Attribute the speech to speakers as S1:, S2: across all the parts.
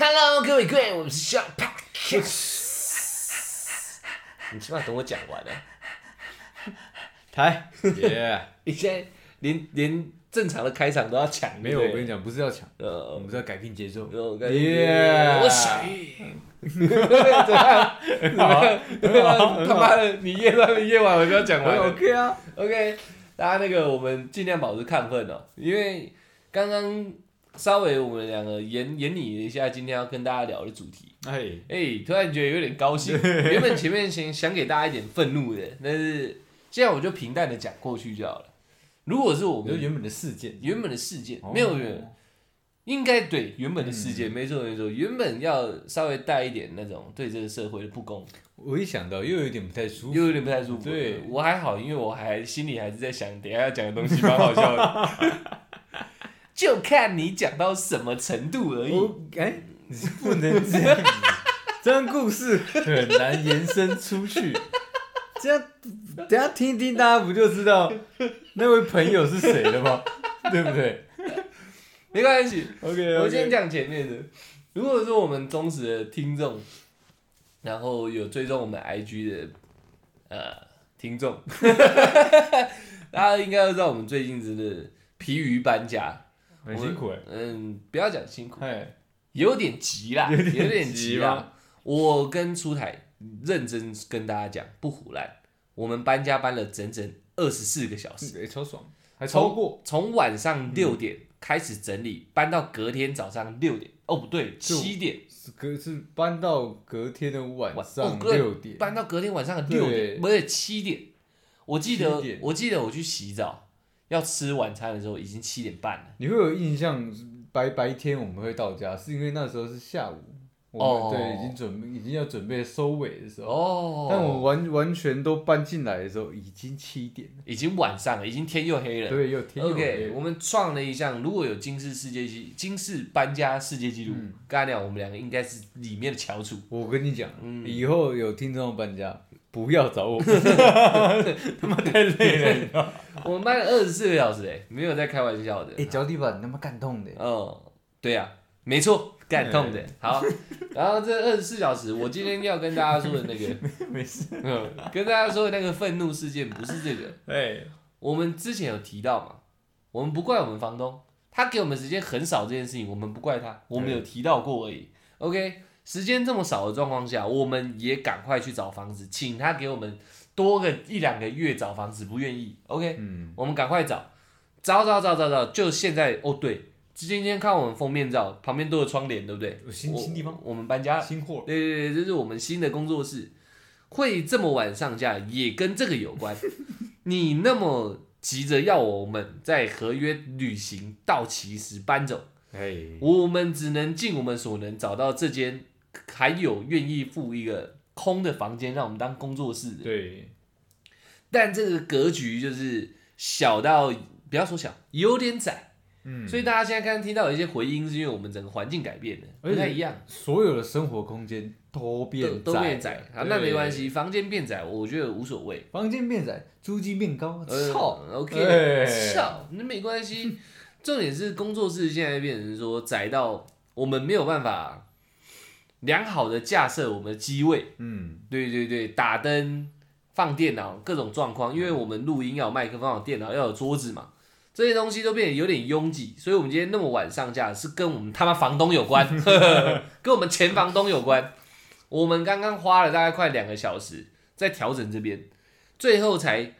S1: Hello，各位贵人，我们是 Shark Pack。
S2: 你起码等我讲完啊了。开，耶！
S1: 你现在连连正常的开场都要抢，
S2: 没有，我跟你
S1: 讲，
S2: 讲，不是 要抢，我
S1: 呃，
S2: 们是要改变节奏。
S1: 我跟你
S2: 耶！
S1: 我小玉，怎样？怎样？怎 样他妈的，你夜到夜晚我就要讲 完了。
S2: OK 啊，
S1: OK，大家那个我们尽量保持亢奋哦，因为刚刚稍微我们两个研研拟一下今天要跟大家聊的主题。
S2: 哎，
S1: 哎、突然觉得有点高 兴。原本前面想想给大家一点愤怒的，但是现在我就平淡的讲过去就好了。如果是我
S2: 我们
S1: 们
S2: 原本的事件
S1: 原本的事件，
S2: 哦
S1: 没有没有，应该对原本的事件，没错没错，原本要稍微带一点那种对这个社会的不公，
S2: 我一想到又有点不太舒
S1: 又
S2: 服。
S1: 有点不太舒服。
S2: 嗯对
S1: 我还好，因为我还心里还是在想，等一下要讲的东西蛮好笑的， 就看你讲到什么程度而已。
S2: 我哎，你是不能这样子，这样故事很难延伸出去。这样，等一下听一听，大家不就知道那位朋友是谁了吗？ 对不对
S1: 没关系，
S2: ？OK，
S1: 我先讲前面的。如果说我们忠实的听众，然后有追踪我们 IG 的呃听众， 大家应该都知道我们最近真的疲于搬家，
S2: 很辛苦哎。
S1: 嗯，不要讲辛苦，
S2: 哎，
S1: 有点急啦，有
S2: 点急吗
S1: 点急啊啦。我跟出台认真跟大家讲，不胡乱，我们搬家搬了整整二十四个小时。
S2: 哎超爽，还
S1: 从
S2: 超过。
S1: 从晚上六点开始整理，搬到隔天早上六点，哦不对，
S2: 就
S1: 七点，
S2: 是隔是搬到隔天的晚
S1: 晚哦
S2: 上
S1: 对
S2: 六点，
S1: 搬到隔天晚上的六
S2: 对
S1: 点，不是七点。我记得
S2: 7点
S1: 我记得我去洗澡要吃晚餐的时候已经七点半了。
S2: 你会有印象，白白天我们会到家，是因为那时候是下午，
S1: 哦
S2: 我们对已经准备已经要准备收尾的时候，
S1: 哦，
S2: 但我完完全都搬进来的时候已经七点了，
S1: 已经晚上了，已经天又黑了。
S2: 对，又天又
S1: OK，
S2: 黑
S1: 我
S2: 了，
S1: 们创了一项，如果有金氏世界纪金氏搬家世界纪录，
S2: 嗯
S1: 刚才讲我们两个应该是里面的翘楚，
S2: 我跟你讲，以后有听众搬家，不要找我， 他妈太累了你知道吗，
S1: 我们搬了二十四个小时、哎，没有在开玩笑的。
S2: 哎，脚底板他妈感动的，
S1: 哦，对呀、没错，感动的。好，然后这二十四小时，我今天要跟大家说的那个，
S2: 没事，
S1: 嗯，跟大家说的那个愤怒事件不是这个，
S2: 哎，
S1: 我们之前有提到嘛，我们不怪我们房东，他给我们时间很少这件事情，我们不怪他，我们有提到过而已。OK，时间这么少的状况下，我们也赶快去找房子，请他给我们多个一两个月找房子，不愿意。OK，
S2: 嗯，
S1: 我们赶快找，找找找找找，就现在哦对，今天看我们封面照旁边都有窗帘，对不对？
S2: 有新新地方啊
S1: 我，我们搬家了，
S2: 新货，
S1: 对对对，这是我们新的工作室，会这么晚上架也跟这个有 关。你那么急着要我们在合约履行到期时搬走，
S2: 哎，
S1: 我们只能尽我们所能找到这间还有愿意付一个空的房间让我们当工作室的。
S2: 对，
S1: 但这个格局就是小到不要说小，有点窄，
S2: 嗯，
S1: 所以大家现在刚刚听到有一些回音，是因为我们整个环境改变了，
S2: 而
S1: 不
S2: 且
S1: 太一样，
S2: 所有的生活空间都变
S1: 都都变窄
S2: 了，
S1: 好，那没关。
S2: 对
S1: 系，房间变窄，我觉得无所谓。
S2: 房间变窄，租金变高，
S1: 呃
S2: 哦操！
S1: ，OK，
S2: 哎
S1: 操，那没关系。重点是工作室现在变成说窄到我们没有办法良好的架设我们的机位，
S2: 嗯，
S1: 对对对，打灯、放电脑各种状况，因为我们录音要有麦克风、要有电脑、要有桌子嘛，这些东西都变得有点拥挤，所以我们今天那么晚上架是跟我们他妈房东有关， 跟我们前房东有关。我们刚刚花了大概快两个小时在调整这边，最后才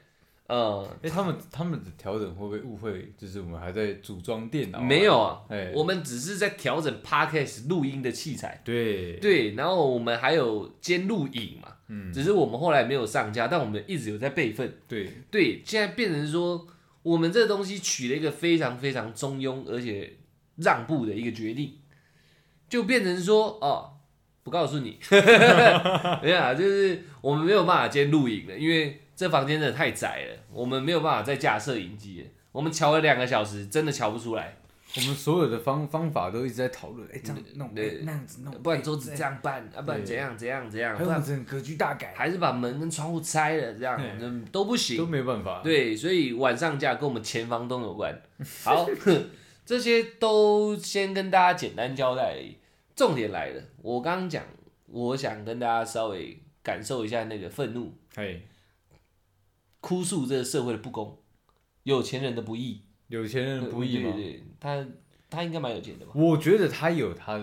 S1: 呃
S2: 哎，他们他们的调整会不会误会？就是我们还在组装电脑啊？
S1: 没有啊，
S2: 哎，
S1: 我们只是在调整 podcast 录音的器材。
S2: 对，
S1: 对，然后我们还有兼录影嘛，
S2: 嗯，
S1: 只是我们后来没有上架，但我们一直有在备份。
S2: 对，
S1: 对，现在变成说，我们这东西取了一个非常非常中庸而且让步的一个决定，就变成说，哦，不告诉你， 没有啊，就是我们没有办法今天录影了，因为这房间真的太窄了，我们没有办法再架摄影机了。我们瞧了两个小时，真的瞧不出来，
S2: 我们所有的方方法都一直在讨论，哎，这样弄，
S1: 对
S2: 哎那样子弄，
S1: 不然
S2: 哎
S1: 桌子这，样办，啊，不然
S2: 对
S1: 怎样怎样怎样，
S2: 还有
S1: 不
S2: 我
S1: 然
S2: 们整个格局大改，
S1: 还是把门跟窗户拆了，这样
S2: 对
S1: 嗯都不行
S2: 都，没办法。，
S1: 对，所以晚上架跟我们前房 东有关。好，这些都先跟大家简单交代而已。重点来了，我刚刚讲，我想跟大家稍微感受一下那个愤怒、
S2: 嘿，
S1: 哭诉这个社会的不公，有钱人的不易，
S2: 有钱人不易
S1: 对
S2: 嘛
S1: 对。对，他他应该蛮有钱的吧？
S2: 我觉得他有他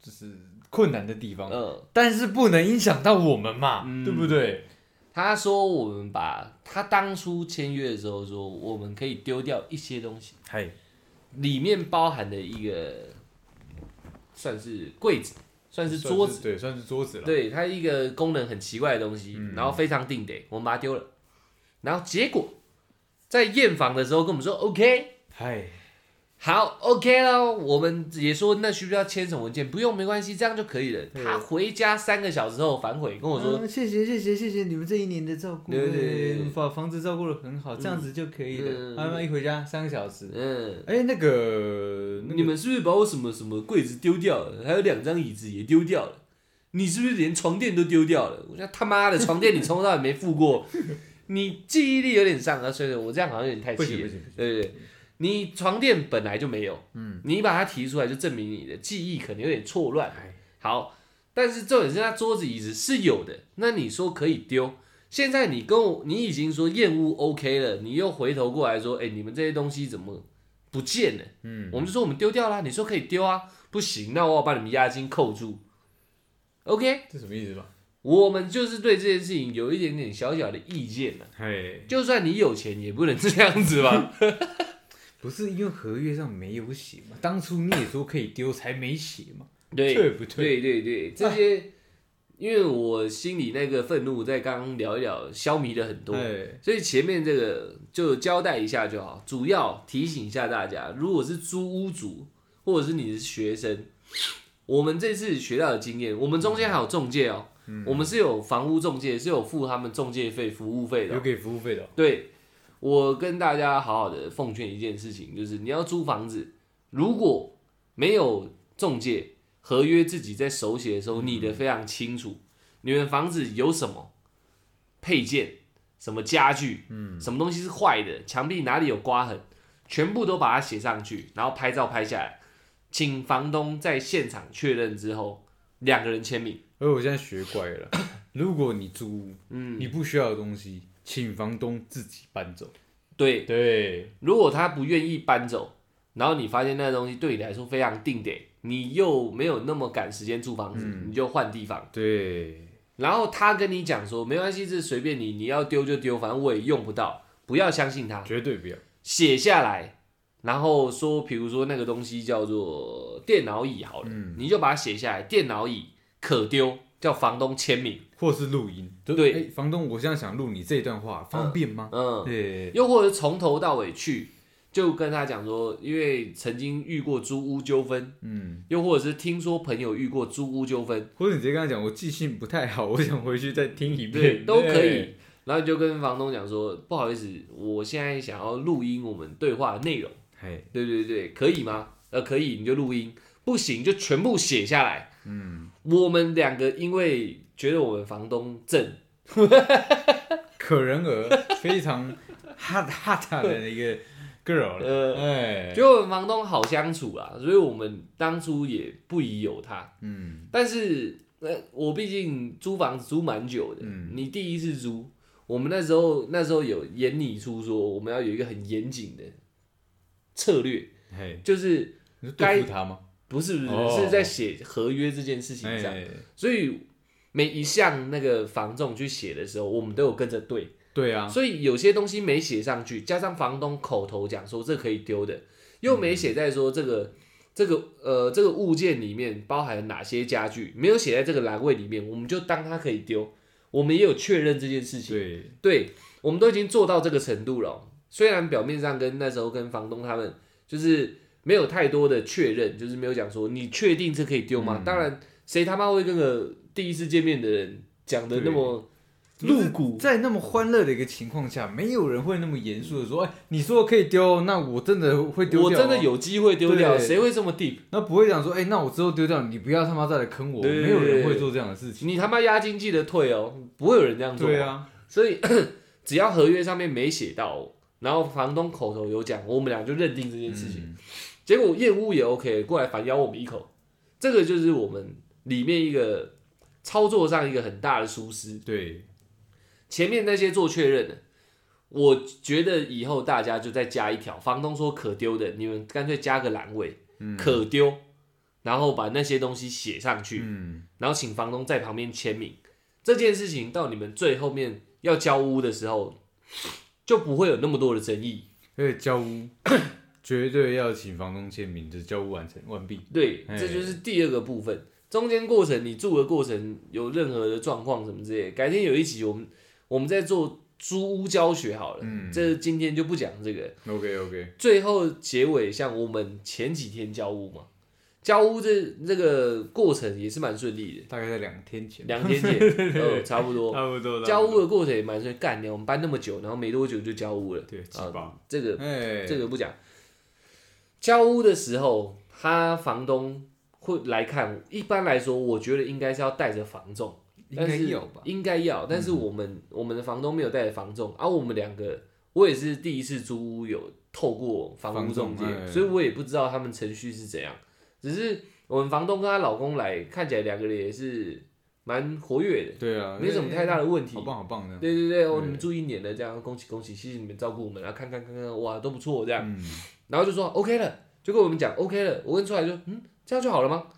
S2: 就是困难的地方，
S1: 呃，
S2: 但是不能影响到我们嘛，
S1: 嗯
S2: 对不对？
S1: 他说我们把他当初签约的时候说，我们可以丢掉一些东西，
S2: 嘿，
S1: 里面包含的一个算是柜子，算是桌子，
S2: 对，算是桌子了。
S1: 对，它一个功能很奇怪的东西，
S2: 嗯
S1: 然后非常定得，我们把它丢了。然后结果在验房的时候跟我们说 OK，
S2: 嗨，
S1: 好 OK 咯，我们也说那需不需要签什么文件？不用，没关系，这样就可以了。
S2: 对
S1: 他回家三个小时后反悔跟我说，
S2: 嗯谢谢谢谢谢谢你们这一年的照顾，
S1: 对对对对
S2: 把房子照顾的很好，这样子就可以
S1: 嗯
S2: 了。慢慢一回家三个小时，
S1: 嗯，
S2: 哎，那个那
S1: 你
S2: 个
S1: 们是不是把我什么什么柜子丢掉了？还有两张椅子也丢掉了？你是不是连床垫都丢掉了？我说他妈的床垫你从头到尾没付 过，你记忆力有点上啊，所以我这样好像有点太
S2: 不
S1: 气
S2: 行
S1: 了
S2: 不。行不行，
S1: 对对对，你床垫本来就没有，
S2: 嗯，
S1: 你把它提出来就证明你的记忆可能有点错乱。
S2: 哎
S1: 好，但是重点是他桌子椅子是有的，那你说可以丢，现在你跟我你已经说厌恶 OK 了，你又回头过来说，哎、你们这些东西怎么不见了？
S2: 嗯，
S1: 我们就说我们丢掉啦，你说可以丢啊，不行，那我要把你们押金扣住。OK，
S2: 这什么意思吧？
S1: 我们就是对这件事情有一点点小小的意见了。
S2: 嘿，
S1: 就算你有钱，也不能这样子吧？
S2: 不是因为合约上没有写嘛，当初你也说可以丢，才没写嘛，
S1: 对，
S2: 对不对？
S1: 对
S2: 哎
S1: 对对，这些，因为我心里那个愤怒在刚刚聊一聊，消弭了很多，哦
S2: 哎，
S1: 所以前面这个就交代一下就好，主要提醒一下大家，如果是租屋主或者是你是学生，我们这次学到的经验，我们中间还有中介哦，
S2: 嗯
S1: 我们是有房屋中介，是有付他们中介费、服务费的哦、
S2: 有给服务费的哦，
S1: 对，我跟大家好好的奉劝一件事情，就是你要租房子，如果没有中介合约，自己在手写的时候拟得非常清楚，你们房子有什么配件、什么家具、嗯，什么东西是坏的，墙壁哪里有刮痕，全部都把它写上去，然后拍照拍下来，请房东在现场确认之后，两个人签名。
S2: 而哎我现在学乖了，如果你租屋，
S1: 嗯
S2: 你不需要的东西，请房东自己搬走。
S1: 对，
S2: 对，
S1: 如果他不愿意搬走，然后你发现那个东西对你来说非常定点，你又没有那么赶时间住房子，你就换地方。
S2: 对，
S1: 然后他跟你讲说，没关系，这随便你，你要丢就丢，反正我也用不到，不要相信他，
S2: 绝对不要。
S1: 写下来。然后说，比如说那个东西叫做电脑椅好了，你就把它写下来，电脑椅可丢，叫房东签名。
S2: 或是录音，就
S1: 对
S2: 哎房东，我现在想录你这一段话，方便吗？
S1: 嗯，
S2: 对，
S1: 又或者从头到尾去，就跟他讲说，因为曾经遇过租屋纠纷，
S2: 嗯，
S1: 又或者是听说朋友遇过租屋纠 纷，
S2: 或者你直接跟他讲，我记性不太好， 我想回去再听一
S1: 对，
S2: 遍，
S1: 都可以
S2: 对。。
S1: 然后你就跟房东讲说，不好意思，我现在想要录音我们对话的内容，
S2: 嘿，
S1: 对对对，可以吗？呃，可以，你就录音，不行就全部写下来。嗯，我们两个因为觉得我们房东正，
S2: 可人儿非常哈哈哈的一个 girl
S1: 嗯
S2: 了，哎，
S1: 觉得我们房东好相处啦，所以我们当初也不疑有他。
S2: 嗯，
S1: 但是，呃，我毕竟租房子租蛮久的，
S2: 嗯
S1: 你第一次租，我们那时候那时候有研拟出说我们要有一个很严谨的策略，
S2: 嘿，
S1: 就是
S2: 你是
S1: 该
S2: 对付他吗？
S1: 不是不是、
S2: 哦
S1: 是在写合约这件事情上，
S2: 哎，
S1: 所以每一项那个房仲去写的时候，我们都有跟着对，
S2: 对啊，
S1: 所以有些东西没写上去，加上房东口头讲说这可以丢的，又没写在说这个、这个呃这个物件里面包含哪些家具，没有写在这个栏位里面，我们就当它可以丢。我们也有确认这件事情，
S2: 对，
S1: 对我们都已经做到这个程度了哦。虽然表面上跟那时候跟房东他们就是没有太多的确认，就是没有讲说你确定这可以丢吗？当然，谁他妈会跟个第一次见面的人讲的那么露骨？
S2: 在那么欢乐的一个情况下，没有人会那么严肃的说，哎，你说可以丢，那我真的会丢
S1: 我
S2: 掉哦，
S1: 真的有机会丢掉，
S2: 对
S1: 谁会这么 deep？
S2: 那不会讲说，哎、那我之后丢掉，你不要他妈再来坑我，
S1: 对
S2: 没有人会做这样的事情。
S1: 你他妈押金记得退哦，不会有人这样做。
S2: 对，啊，
S1: 所以 只要合约上面没写到，然后房东口
S2: 嗯
S1: 头有讲，我们俩就认定这件事情。结果验屋也 OK，过来反咬我们一口，这个就是我们里面一个操作上一个很大的疏失。
S2: 对，
S1: 前面那些做确认的，我觉得以后大家就再加一条，房东说可丢的，你们干脆加个栏位，
S2: 嗯
S1: 可丢，然后把那些东西写上去，
S2: 嗯，
S1: 然后请房东在旁边签名。这件事情到你们最后面要交屋的时候，就不会有那么多的争议。
S2: 而且交屋 绝对要请房东签名，这交屋完成完毕。
S1: 对，
S2: 哎
S1: 这就是第二个部分。中间过程，你住的过程有任何的状况什么之类的，改天有一集我们我们再做租屋教学好了。
S2: 嗯
S1: 这今天就不讲这个。
S2: OK OK，
S1: 最后结尾，像我们前几天交屋嘛，交屋这这个过程也是蛮顺利
S2: 大概在两天前
S1: 的，，两天前，呃，差不多。
S2: 差不多
S1: 交屋，的过程也蛮顺，干掉我们搬那么久，然后没多久就交屋了。
S2: 对，七
S1: 啊
S2: 八，，
S1: 这个
S2: 哎，
S1: 这个不讲。交屋的时候，他房东会来看。一般来说，我觉得应该是要带着房仲，
S2: 应
S1: 但
S2: 该
S1: 是
S2: 有吧？
S1: 应该要，但是我们、我们的房东没有带着房仲，而、啊我们两个，我也是第一次租屋，有透过房屋中介
S2: 房仲，哎
S1: 所以我也不知道他们程序是怎样。只是我们房东跟她老公来，看起来两个人也是蛮活跃
S2: 对
S1: 的，
S2: 啊，
S1: 没什么太大的问题
S2: 好。棒好棒的，
S1: 对对对，哦，
S2: 嗯
S1: 你们住一年了，这样恭喜恭喜，谢谢你们照顾我们，然后看看看看，哇，都不错这样。
S2: 嗯，
S1: 然后就说 OK 了，就跟我们讲 OK 了。我跟出来就嗯，这样就好了吗？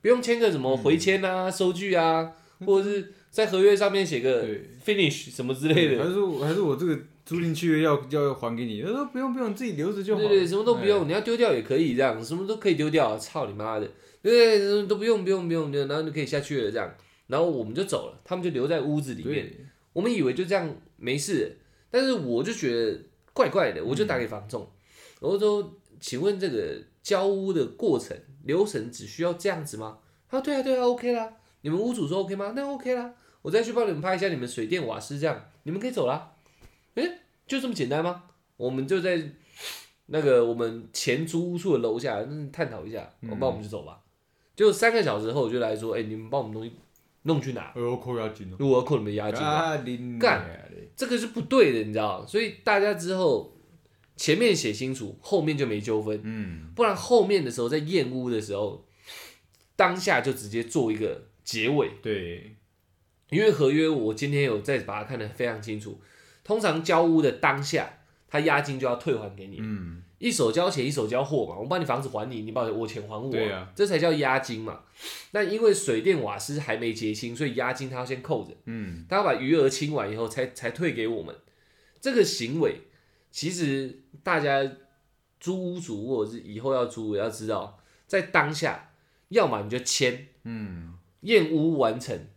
S1: 不用签个什么回签啊、收据啊，或者是在合约上面写个
S2: 嗯对
S1: finish 什么之类的，
S2: 还是我还是我这个租进去要要还给你，他说不用不用，自己留着就
S1: 对
S2: 好。哎
S1: 对对，什么都不用，你要丢掉也可以，这样什么都可以丢掉、啊操你妈的，对对对，什么都不用不用不用，不用然后就可以下去了这样。然后我们就走了，他们就留在屋子里面。
S2: 对，
S1: 我们以为就这样没事了，但是我就觉得怪怪的，我就打给房仲，我就说：“请问这个交屋的过程流程只需要这样子吗？”他说：“对啊，对啊，OK 啦。你们屋主说 OK 吗？那 OK 啦，我再去帮你们拍一下你们水电瓦斯，这样你们可以走啦。”诶，就这么简单吗？我们就在那个我们前租屋处的楼下嗯探讨一下，我帮我们就走吧。就三个小时后我就来说：“哎、你们把我们东西弄去哪？
S2: 哎呦，扣押金哦，
S1: 如果要扣你们押金。”
S2: 啊，零
S1: 干
S2: 娘嘞
S1: 这个是不对的，你知道？所以大家之后前面写清楚，后面就没纠纷，
S2: 嗯，
S1: 不然后面的时候在验屋的时候，当下就直接做一个结尾，
S2: 对，
S1: 因为合约我今天有再把它看得非常清楚。通常交屋的当下，他押金就要退还给你，
S2: 嗯，
S1: 一手交钱一手交货嘛，我把你房子还你，你把我钱还我，
S2: 对啊
S1: 这才叫押金嘛。那因为水电瓦斯还没结清，所以押金他要先扣着。
S2: 嗯，
S1: 他把余额清完以后才才退给我们。这个行为，其实大家租屋主或者是以后要租，要知道，在当下，要么你就签，
S2: 嗯，
S1: 验屋完成，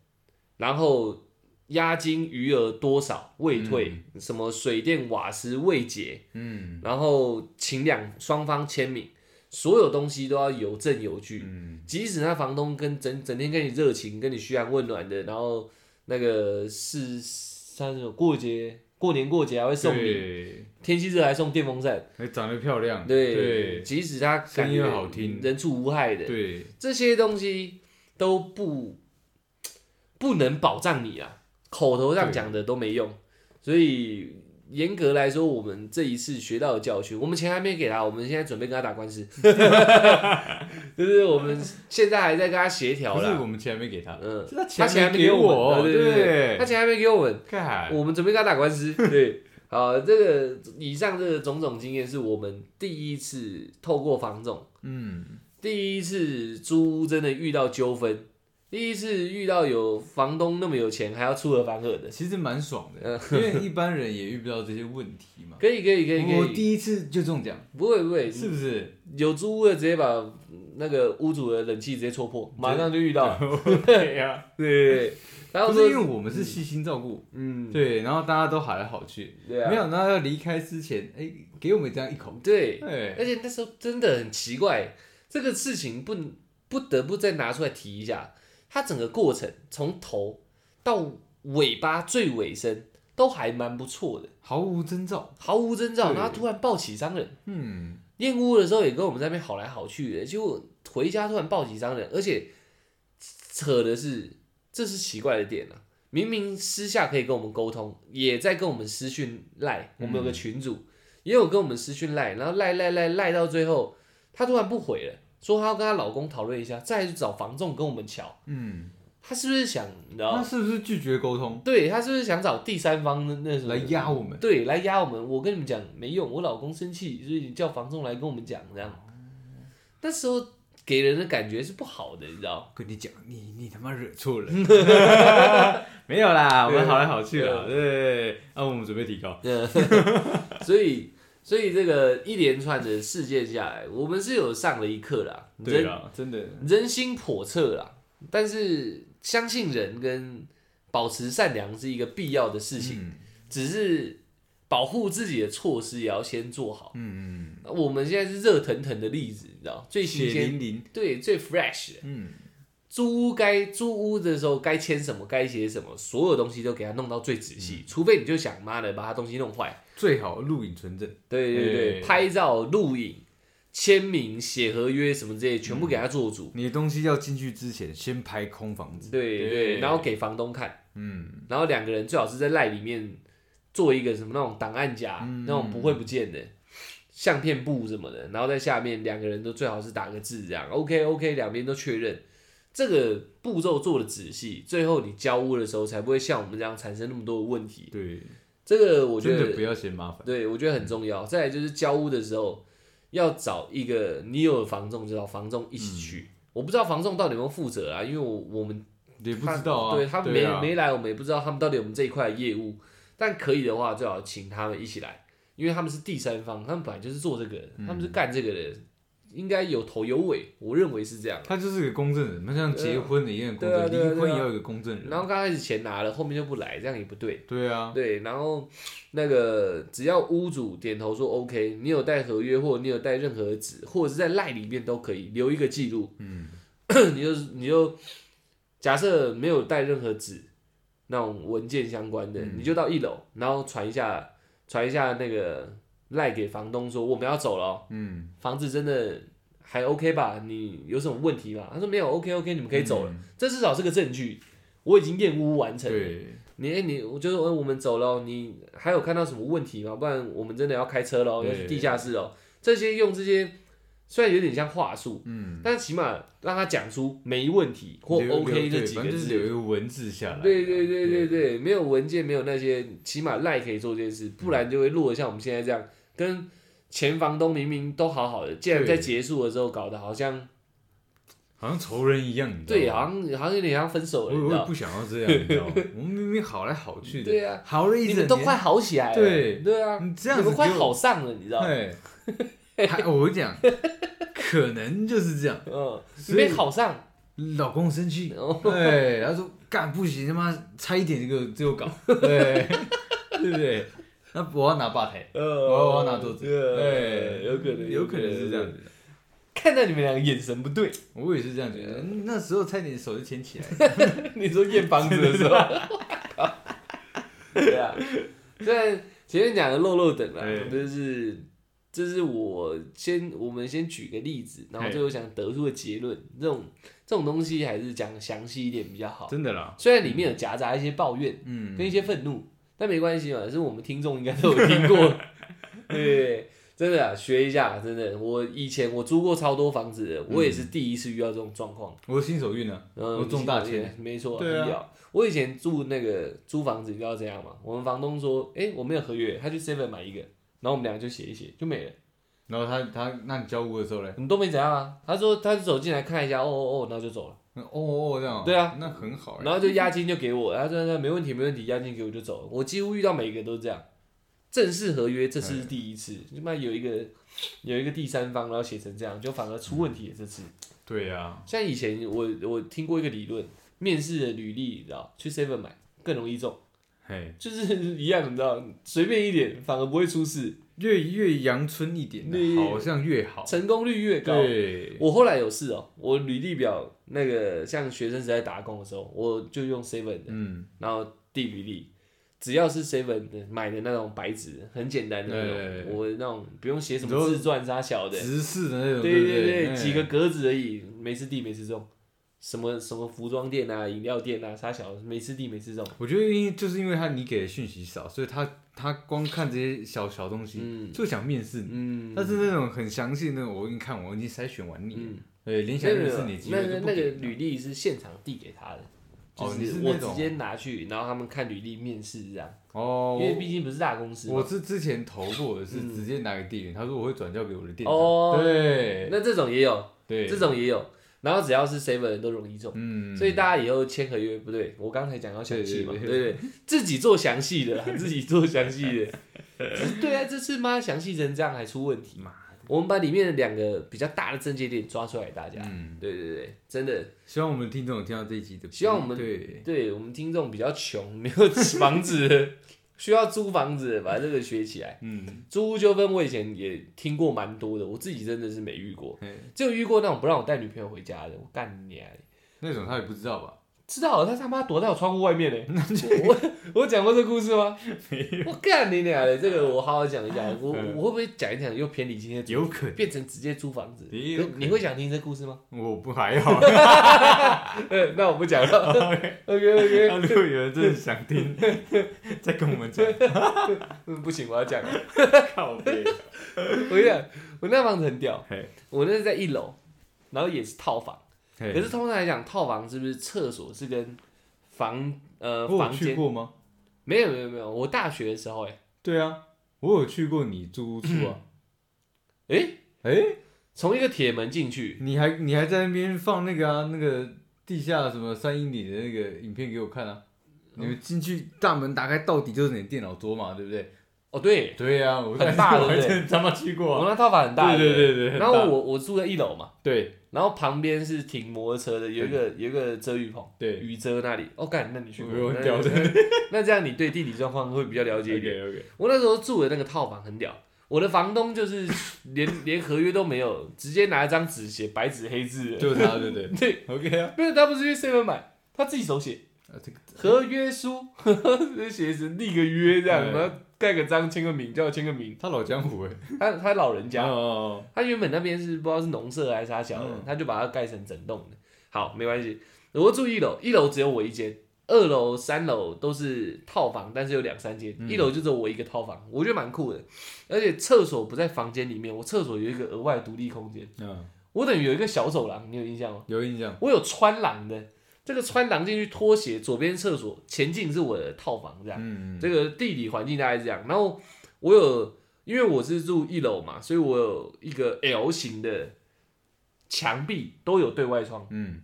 S1: 然后押金余额多少未退，什么水电瓦斯未结，
S2: 嗯，
S1: 然后请两双方签名，所有东西都要有证有据。
S2: 嗯，
S1: 即使那房东跟整整天跟你热情，跟你嘘寒问暖的，然后那个是像那种过节、过年过节还会送你，
S2: 对，
S1: 天气热还送电风扇，
S2: 还长得漂亮，
S1: 对，
S2: 对，
S1: 即使他感
S2: 声音
S1: 觉
S2: 又好听
S1: 人畜无害的，
S2: 对，
S1: 这些东西都不不能保障你啊，口头上讲的都没用，所以。严格来说，我们这一次学到的教训，我们钱还没给他，我们现在准备跟他打官司， 就是我们现在还在跟他协调
S2: 不是
S1: 啦。
S2: 我们钱还没给他，
S1: 嗯，
S2: 是他
S1: 他钱还
S2: 没
S1: 没给
S2: 我，
S1: 们，对对对，他
S2: 对，
S1: 钱还没给我们，
S2: 干，
S1: 我们准备跟他打官 司。对，好，这个以上这个种种经验是我们第一次透过房总，
S2: 嗯，
S1: 第一次租屋真的遇到纠纷，第一次遇到有房东那么有钱还要出尔反尔的，
S2: 其实蛮爽的，因为一般人也遇不到这些问题嘛。
S1: 可以可以可以
S2: 我
S1: 可以，
S2: 第一次就中奖，
S1: 不会不会，
S2: 是不是？
S1: 有租屋的直接把那个屋主的冷气直接戳破，马上就遇 到，
S2: 对呀，
S1: 对， 然后
S2: 啊不是因为
S1: 说，
S2: 我们是细心照顾，
S1: 嗯，
S2: 对，然后大家都好来好去，
S1: 对啊
S2: 没想到要离开之前，哎，给我们这样一口，
S1: 对，而
S2: 对，
S1: 且那时候真的很奇怪，这个事情不不得不再拿出来提一下。它整个过程从头到尾巴最尾声都还蛮不错的，
S2: 毫无征兆，
S1: 毫无征兆。
S2: 对
S1: 然后突然暴起伤人，
S2: 嗯，
S1: 验屋的时候也跟我们在那边好来好去的，结果回家突然暴起伤人，而且扯的是这是奇怪的点啊。明明私下可以跟我们沟通，也在跟我们私讯赖，我们有
S2: 嗯
S1: 个群主、也有跟我们私讯赖，然后赖赖赖赖到最后，他突然不回了，说她要跟她老公讨论一下，再来去找房仲跟我们瞧，
S2: 嗯，
S1: 她是不是想，你知道
S2: 那
S1: 吗，
S2: 是不是拒绝沟通
S1: 对，她是不是想找第三方的那什么
S2: 来压我们？
S1: 对，来压我们。我跟你们讲没用，我老公生气，所以你叫房仲来跟我们讲这样。那时候给人的感觉是不好的，你知 道？
S2: 跟你讲，你你他妈惹错人，没有啦，我们好来好去啦，对对，那我们准备提高，
S1: 呃，所以所以这个一连串的事件下来，我们是有上了一课啦，
S2: 对啊
S1: 人
S2: 啦，真的，
S1: 人心叵测啦，但是相信人跟保持善良是一个必要的事情，
S2: 嗯
S1: 只是保护自己的措施也要先做好。
S2: 嗯，
S1: 我们现在是热腾腾的例子，你知道最新
S2: 血
S1: 鲜
S2: 淋淋，
S1: 对最 fresh 的。
S2: 嗯，
S1: 租屋该租屋的时候该签什么该写什么，所有东西都给他弄到最仔细，除非你就想妈的把他东西弄坏。
S2: 最好录影存证，
S1: 对对对，
S2: 哎
S1: 拍照、录影、签名、写合约什么之类，全部给他做主。
S2: 你的东西要进去之前先拍空房子，
S1: 对嗯对
S2: 对
S1: 然后给房东看，
S2: 嗯，
S1: 然后两个人最好是在赖里面做一个什么那种档案夹，
S2: 嗯
S1: 那种不会不见的相片簿什么的，然后在下面两个人都最好是打个字这样，OK OK，两边都确认。这个步骤做的仔细，最后你交屋的时候才不会像我们这样产生那么多的问题。
S2: 对，
S1: 这个我觉
S2: 真的不
S1: 得，
S2: 要嫌麻烦，
S1: 对我觉得很重要。再来就是交屋的时候，要找一个你有的房仲，就找房仲一起去。
S2: 嗯
S1: 我不知道房仲到底有没有负责啊，因为我我们
S2: 也不
S1: 他
S2: 知道啊，
S1: 对他没、
S2: 啊
S1: 没来，我们也不知道他们到底有我们这一块的业务。但可以的话，最好请他们一起来，因为他们是第三方，他们本来就是做这个的，他们
S2: 嗯
S1: 是干这个的，应该有头有尾，我认为是这样。啊
S2: 他就是个公证人，他像结婚的一样公证，
S1: 对啊对啊
S2: 离婚
S1: 对啊
S2: 也要有个公证
S1: 然
S2: 人，
S1: 后刚开始钱拿了，后面就不来，这样也不对。
S2: 对啊，
S1: 对，然后那个只要屋主点头说 OK，你有带合约或你有带任何纸，或者是在赖里面都可以留一个记录。
S2: 嗯，
S1: 你就你就假设没有带任何纸那种文件相关的，
S2: 嗯
S1: 你就到一楼，然后传一下传一下那个赖给房东说我们要走了哦、
S2: 嗯，
S1: 房子真的还 OK 吧？你有什么问题吗？他说没有 OK OK，你们可以走了，
S2: 嗯
S1: 这至少是个证据。我已经验屋完成了，
S2: 对，
S1: 你哎、你我就是问我们走了，你还有看到什么问题吗？不然我们真的要开车喽，
S2: 对
S1: 要去地下室哦。这些用这些虽然有点像话术，
S2: 嗯，
S1: 但起码让他讲出没问题或
S2: 留
S1: OK
S2: 留
S1: 这
S2: 对
S1: 几
S2: 反
S1: 个
S2: 正就是留一
S1: 字。
S2: 个文字下来，
S1: 对对对对
S2: 对，
S1: 对，没有文件，没有那些，起码赖可以做这件事，不然就会落得像我们现在这样，跟前房东明明都好好的，竟然
S2: 对
S1: 在结束的时候搞得好像
S2: 好像仇人一样，你知道
S1: 对，
S2: 吗
S1: 好像好像有点像分手
S2: 哦我
S1: 了，你知
S2: 我也
S1: 道？
S2: 不想要这样，你 知道吗？我们明明好来好去的，
S1: 对啊，
S2: 好了一
S1: 你
S2: 整
S1: 们
S2: 年，
S1: 都快好起来了，
S2: 对
S1: 对啊，
S2: 你这样
S1: 你
S2: 子
S1: 们快
S2: 给我
S1: 好上了，你知道？
S2: 对， 还我跟你讲，可能就是这样，
S1: 嗯，你
S2: 所以
S1: 没考上，
S2: 老公生气，
S1: 哦
S2: 对，他说干不行，他妈差一点就就 搞，对，对不对？那我要拿吧台，
S1: 呃，
S2: 我要拿桌子，对，
S1: 对，啊哎有可能，
S2: 有可能是这样
S1: 有可
S2: 子的。
S1: 能。看到你们两个眼神不对，
S2: 我也是这样觉得，那时候差点手就牵起来。
S1: 你说验房子的时候， 对啊，虽然前面讲的漏漏等啊，
S2: 对
S1: 就是这是我先我们先举个例子，然后最后想得出的结论，这种这种东西还是讲详细一点比较好。
S2: 真的啦，
S1: 虽然里面有夹杂一些抱怨，
S2: 嗯，
S1: 跟一些愤怒，但没关系嘛，是我们听众应该都有听 过，对，真的、啊、学一下，真的，我以前我租过超多房子的，我也是第一次遇到这种状况，
S2: 我新手运呢，
S1: 嗯，
S2: 我中大签，
S1: 没错，
S2: 对啊
S1: 很屌。我以前住那个租房子，你知道怎样吗？我们房东说，哎、我没有合约，他去 seven 买一个，然后我们俩就写一写就没了，
S2: 然后他他那你交屋的时候嘞，
S1: 我们都没怎样啊。他说他走进来看一下，哦哦哦，然后就走了，
S2: 哦哦这样哦，
S1: 对啊
S2: 那很好欸，
S1: 然后就押金就给我，他说那没问题没问题，押金给我就走了。我几乎遇到每一个都这样，正式合约这次是第一次，他妈有一个有一个第三方，然后写成这样，就反而出问题了。这次
S2: 对啊呀，
S1: 像以前我我听过一个理论，面试的履历你知道，去 seven 买更容易中，
S2: 嘿，
S1: 就是一样，你知道，随便一点反而不会出事，
S2: 越越阳春一点
S1: 对
S2: 的，好像越好，
S1: 成功率越高。
S2: 对，
S1: 我后来有事哦、我履历表那个像学生时代打工的时候，我就用 seven 的，
S2: 嗯，
S1: 然后地履历，只要是 seven 的买的那种白纸，很简单的那
S2: 对
S1: 种，我那种不用写什
S2: 你
S1: 么
S2: 说
S1: 自传啥小的，
S2: 直视的那种，
S1: 对
S2: 不对哎
S1: 对，
S2: 嘿
S1: 几个格子而已，没吃地没吃中，什么什么服装店啊、饮料店啊啥小的，没吃地没吃中，
S2: 我觉得因为就是因为他你给的讯息少，所以他他光看这些小小东西
S1: 嗯
S2: 就想面试你，
S1: 嗯
S2: 但是那种很详细的那种我已经看完，我已经筛选完你了
S1: 嗯，
S2: 对，林想
S1: 那
S2: 认识
S1: 个
S2: 你机
S1: 那
S2: 会
S1: 个
S2: 都不
S1: 那个
S2: 给的。
S1: 履历是现场递给他的，就
S2: 哦你是
S1: 我
S2: 那种
S1: 直接拿去，然后他们看履历面试这样，
S2: 哦
S1: 因，为毕竟不是大公司嘛。
S2: 我是之前投过的是直接拿给店员，他说我会转交给我的店
S1: 哦
S2: 长。对
S1: 那这种也有，
S2: 对，
S1: 这种也有，然后只要是 seven 人都容易中，
S2: 嗯，
S1: 所以大家以后签合约不对，我刚才讲要详细嘛，
S2: 对
S1: 对
S2: 对
S1: 不对？自己做详细 的啦，自己做详细的。对啊，这次妈详细成这样还出问题嘛？我们把里面的两个比较大的症结点抓出来，大家。
S2: 嗯，
S1: 对对对，真的，
S2: 希望我们听众有听到这一集的，
S1: 希望我们
S2: 对
S1: 对我们听众比较穷，没有房 子，需要租房子，把这个学起来。
S2: 嗯，
S1: 租屋纠纷我以前也听过蛮多的，我自己真的是没遇过，
S2: 嘿
S1: 只有遇过那种不让我带女朋友回家的，我干你啊！
S2: 那种他也不知道吧？
S1: 知道了，他他妈躲在我窗户外面 呢。我我我讲过这故事吗？我干你俩嘞！这个我好好讲一 讲。我
S2: 嗯
S1: 我会不会讲一讲又偏离今天的主
S2: 有可能，
S1: 变成直接租房子？
S2: 也有可能
S1: 你会想听这故事吗？
S2: 我不还好。
S1: 呃，
S2: 嗯
S1: 那我不讲 了。OK
S2: 那
S1: OK，
S2: 如果有人真的想听， 再跟我们讲。
S1: 嗯不行，我要讲了。
S2: 靠背，
S1: 我跟你讲，我那房子很屌
S2: 嘿，
S1: 我那是在一楼，然后也是套房。可
S2: 可
S1: 是通常来讲，套房是不是厕所是跟房呃
S2: 我有
S1: 房
S2: 去
S1: 间？
S2: 过吗？
S1: 没有没有没有，我大学的时候哎、
S2: 对啊，我有去过你租屋处啊。
S1: 欸、哎、
S2: 哎，
S1: 从一个铁门进去，
S2: 你还你还在那边放那个啊那个地下什么三英里的那个影片给我看啊？
S1: 嗯
S2: 你们进去大门打开到底就是你的电脑桌嘛，对不对？
S1: 哦对，
S2: 对呀、啊，我
S1: 很大
S2: 我还
S1: 对不对
S2: 真他妈去过
S1: 我
S2: 啊、
S1: 那套房很大，
S2: 对对
S1: 对
S2: 对对，很
S1: 然后
S2: 大
S1: 我我住在一楼嘛，
S2: 对
S1: 然后旁边是停摩托车的，有一个有一个遮雨棚，
S2: 对，
S1: 雨遮那里。哦，干，那你去过？
S2: 我
S1: 那
S2: 屌的
S1: 那这样你对地理状况会比较了解一点。
S2: OK OK，
S1: 我那时候住的那个套房很屌，我的房东就是连连合约都没有，直接拿一张纸写白纸黑字的。
S2: 就是他，对不对
S1: 对，
S2: ？OK 啊，
S1: 没有他不是去 seven 买，他自己手写
S2: 啊这个
S1: 合约书， 写成立个约这样，
S2: 对
S1: 然后盖个章签个名，叫我签个名。
S2: 他老江湖哎、
S1: 他他老人
S2: 欸，
S1: 家
S2: 哦，哦
S1: 他原本那边是不知道是农舍还是啥小的，
S2: 嗯
S1: 他就把它盖成整栋的。好，没关系，我住一楼，一楼只有我一间，二楼、三楼都是套房，但是有两三间，
S2: 嗯
S1: 一楼就只有我一个套房，我觉得蛮酷的。而且厕所不在房间里面，我厕所有一个额外独立空间，
S2: 哦嗯，
S1: 我等于有一个小走廊，你有印象吗？
S2: 有印象，
S1: 我有穿廊的，这个穿廊进去拖鞋，左边厕所，前进是我的套房，这样。
S2: 嗯，
S1: 这个地理环境大概是这样。然后我有，因为我是住一楼嘛，所以我有一个 L 型的墙壁都有对外窗，
S2: 嗯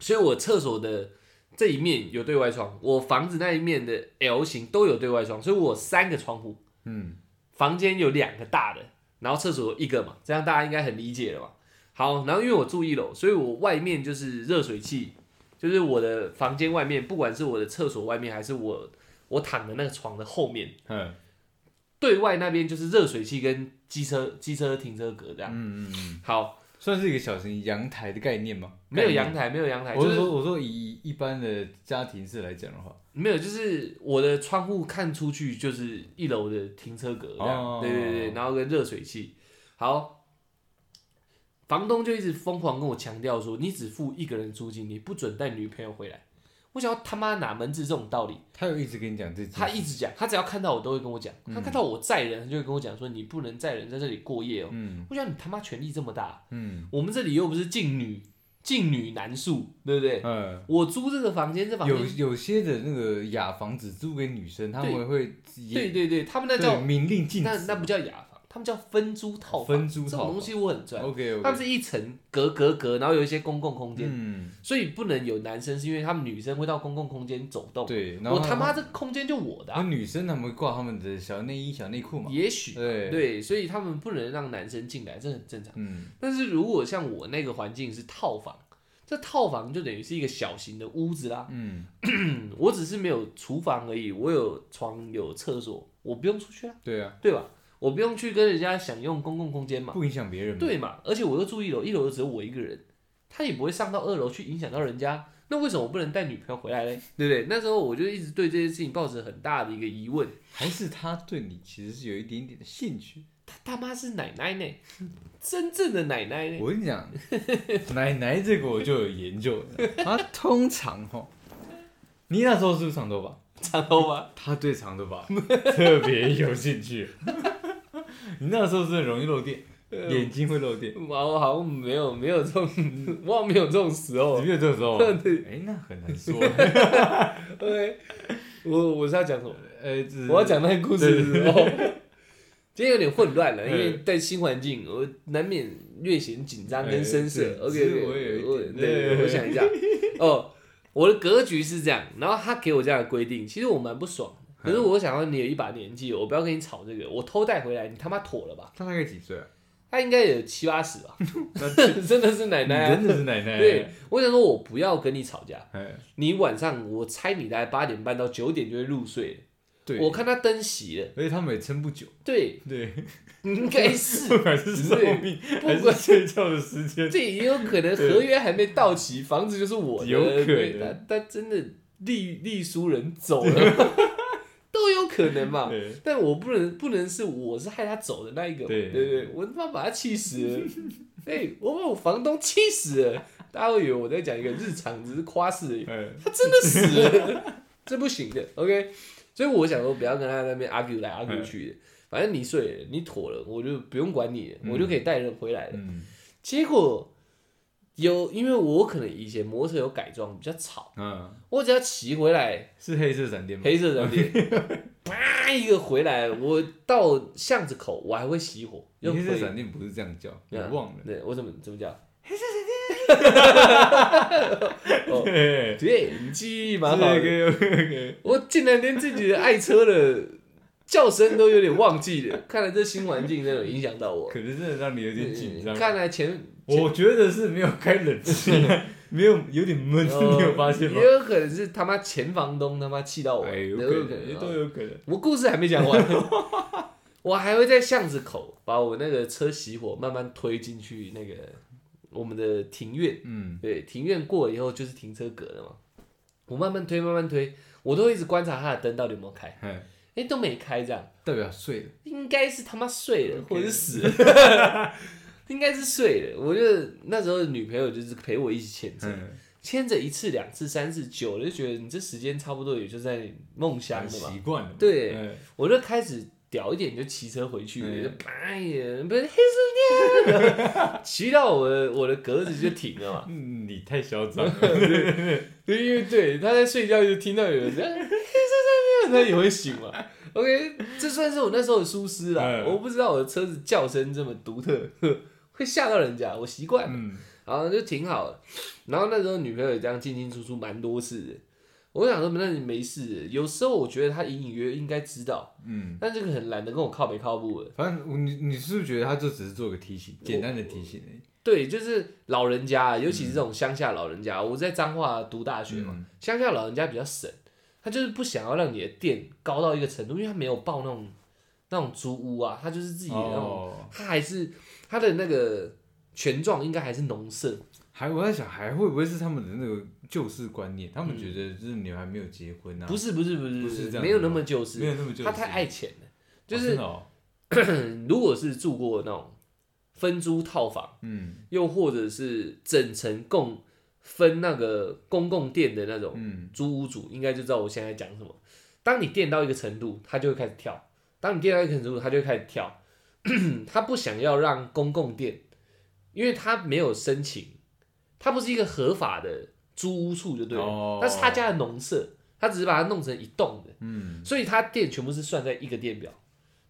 S1: 所以我厕所的这一面有对外窗，我房子那一面的 L 型都有对外窗，所以我有三个窗户，
S2: 嗯，
S1: 房间有两个大的，然后厕所有一个嘛，这样大家应该很理解了吧？好，然后因为我住一楼，所以我外面就是热水器，就是我的房间外面，不管是我的厕所外面，还是我我躺的那个床的后面，
S2: 嗯
S1: 对外那边就是热水器跟机车机车停车格这样。
S2: 嗯嗯嗯，
S1: 好，
S2: 算是一个小型阳台的概念吗？
S1: 没有
S2: 概念
S1: 阳台，没有阳台，
S2: 我
S1: 就是是
S2: 说，我说以一般的家庭式来讲的话，
S1: 没有，就是我的窗户看出去就是一楼的停车格这样。
S2: 哦
S1: 对对对，然后跟热水器。好，房东就一直疯狂跟我强调说，你只付一个人租金，你不准带女朋友回来。我想要他妈哪门子这种道理？
S2: 他有一直跟你讲这件事，
S1: 他一直讲，他只要看到我都会跟我讲，
S2: 嗯
S1: 他看到我载人，他就会跟我讲说，你不能载人在这里过夜哦。
S2: 嗯
S1: 我想你他妈权力这么大，
S2: 嗯
S1: 我们这里又不是禁女，禁女难宿，对不对？
S2: 嗯，
S1: 我租这个房间，这房
S2: 有
S1: 间，
S2: 有些的那个雅房只租给女生，他们会
S1: 对
S2: 也
S1: 对对，他们那
S2: 对
S1: 叫
S2: 明令禁
S1: 那
S2: 止
S1: 那不叫雅房，他们叫分租套房。
S2: 分租
S1: 这
S2: 套
S1: 种
S2: 房
S1: 东西我很赚，
S2: ，OK
S1: 他
S2: OK，
S1: 们是一层隔隔隔，然后有一些公共空间，
S2: 嗯，
S1: 所以不能有男生，是因为他们女生会到公共空间走动。
S2: 对，然后
S1: 我他妈这空间就我的
S2: 然后
S1: 啊，
S2: 女生他们会挂他们的小内衣、小内裤嘛，
S1: 也许
S2: 对，
S1: 对，所以他们不能让男生进来，这很正常。
S2: 嗯
S1: 但是如果像我那个环境是套房，这套房就等于是一个小型的屋子啦，
S2: 嗯，
S1: 嗯我只是没有厨房而已，我有床有厕所，我不用出去啊，
S2: 对啊，
S1: 对吧？我不用去跟人家享用公共空间嘛，
S2: 不影响别人嘛，
S1: 对嘛？而且我又住一楼，一楼又只有我一个人，他也不会上到二楼去影响到人家，那为什么我不能带女朋友回来嘞？对不对？那时候我就一直对这件事情抱着很大的一个疑问，
S2: 还是他对你其实是有一点点的兴趣。
S1: 他他妈是奶奶呢，真正的奶奶呢？
S2: 我跟你 讲，奶奶这个我就有研究了， 她通常哈，你那时候是不是长头发？
S1: 长头发，
S2: 她对 长头发特别有兴趣。你那时候是不是很容易漏电，眼睛会漏电，
S1: 我 我好像没有没有这种， 我好像没有这种时候啊
S2: 你。没有这个时 候，
S1: 对
S2: 哎，那很难说。
S1: 对，我我是要讲什么？
S2: 呃，只是
S1: 我要讲那个故事的时候，今天有点混乱了，
S2: 嗯
S1: 因为在新环境，我难免略显紧张跟生
S2: 哎
S1: 涩
S2: 是。其
S1: OK，
S2: 实我也有一点
S1: 对，
S2: 对
S1: 我想一下，哦，我的格局是这样，然后他给我这样的规定，其实我蛮不爽的。
S2: 嗯
S1: 可是我想要你有一把年纪，我不要跟你吵这个，我偷带回来，你他妈妥了吧？
S2: 他大概几岁啊？
S1: 他应该有七八十吧，
S2: 那
S1: 真的是奶奶
S2: 你
S1: 啊
S2: 真！的是哎奶奶。
S1: 对，，我想说，我不要跟你吵架。
S2: 哎，
S1: 你晚上，我猜你大概八点半到九点就会入睡了。
S2: 对，
S1: 我看他登席了，
S2: 而且他们也撑不久，
S1: 对，
S2: 对，
S1: 应该 是
S2: 不管是寿命 还
S1: 不管
S2: 是睡觉的 时间，
S1: 这也有可能合约还没到期，房子就是我的，
S2: 有可能
S1: 对但但真的隶隶书人走了， 都有可能嘛。
S2: 对，
S1: 但我不能不能是我是害他走的那一个嘛，
S2: 对
S1: 对不对？我他妈把他气死了， 哎、我把我房东气死了，大家会以为我在讲一个日常，只是夸饰而已。
S2: 哎，
S1: 他真的死了， 这不行的。OK，所以我想说不要跟他在那边 argue 来 argue 去的，
S2: 哎
S1: 反正你睡了，你妥了，我就不用管你了，我就可以带人回来了。
S2: 嗯
S1: 结果有，因为我可能以前摩托车有改装，比较吵，
S2: 嗯，
S1: 我只要骑回来，
S2: 是黑色闪电吗？
S1: 黑色闪电， 啪一个回来，我到巷子口我还会熄火，又
S2: 黑色
S1: 回。
S2: 闪电不是这样叫，我
S1: 嗯
S2: 忘了。
S1: 对，我怎么怎么讲？
S2: 对，
S1: 对，你记忆哦 蛮好的。
S2: OK OK，
S1: 我竟然连自己的爱车的叫声都有点忘记了，看来这新环境真的有影响到我。
S2: 可能真的让你有点紧张。
S1: 看来前前
S2: 我觉得是没有开冷气，啊 没有有点闷，你有发现吗
S1: 也？有可能是他妈前房东他妈气到我，
S2: 哎，
S1: 哦有
S2: 有
S1: 可
S2: 可能，
S1: 能
S2: 都
S1: 啊。
S2: 有可能。
S1: 我故事还没讲完， 我还会在巷子口把我那个车熄火，慢慢推进去那个我们的庭院。
S2: 嗯，
S1: 对，庭院过了以后就是停车格了嘛。我慢慢推，慢慢推，我都一直观察他的灯到底有没有开，
S2: 哎，
S1: 哎、都没开这样。
S2: 代表睡了。
S1: 应该是他妈睡了
S2: OK
S1: 或者是死了， 应该是睡了。我就那时候女朋友就是陪我一起牵着，
S2: 嗯，
S1: 牵着一次、两次、三次，久了就觉得你这时间差不多也就在梦乡了嘛。
S2: 习惯了嘛。
S1: 对
S2: 哎，
S1: 我就开始屌一点就骑车回去，
S2: 嗯
S1: 就哎呀，不是黑色电，骑到我的 我的格子就停了嘛。
S2: 嗯，你太嚣张了。
S1: 对，因为对他在睡觉就听到有 人在哎在那边，他也会醒嘛。OK，这算是我那时候的疏失啦。
S2: 嗯
S1: 我不知道我的车子叫声这么独特， 会吓到人家，我习惯了，
S2: 嗯，
S1: 然后就挺好了。然后那时候女朋友也这样进进出出蛮多次的。我想说，那你没事。有时候我觉得他隐隐约约应该知道，
S2: 嗯，
S1: 但这个很懒得跟我靠北靠步的。
S2: 反正我你你是不是觉得他就只是做个提醒，简单的提醒而已？
S1: 对，就是老人家，啊尤
S2: 嗯
S1: 其是这种乡下老人家，我在彰化读大学嘛，乡下老人家比较省，他就是不想要让你的店高到一个程度，因为他没有报那种那种租屋啊，他就是自己的那种，
S2: 哦，
S1: 他还是他的那个权状应该还是农舍，
S2: 还我在想，还会不会是他们的那个旧式观念？他们觉得就是你还没有结婚啊，
S1: 不是不是不是
S2: 不是这样哦
S1: 没有那么就
S2: 没
S1: 是，
S2: 有那么旧式，
S1: 他太爱钱了，就
S2: 哦
S1: 是
S2: 真、的哦
S1: 如果是住过那种分租套房。
S2: 嗯
S1: 又或者是整层共分那个公共店的那种
S2: 嗯
S1: 租屋主，应该就知道我现在讲什么。当你电到一个程度，他就会开始跳；当你电到一个程度，他就会开始跳。 他不想要让公共店，因为他没有申请，他不是一个合法的租屋处，就对了。
S2: 哦
S1: 那是他家的农舍，他只是把它弄成一栋的。
S2: 嗯，
S1: 所以他店全部是算在一个电表，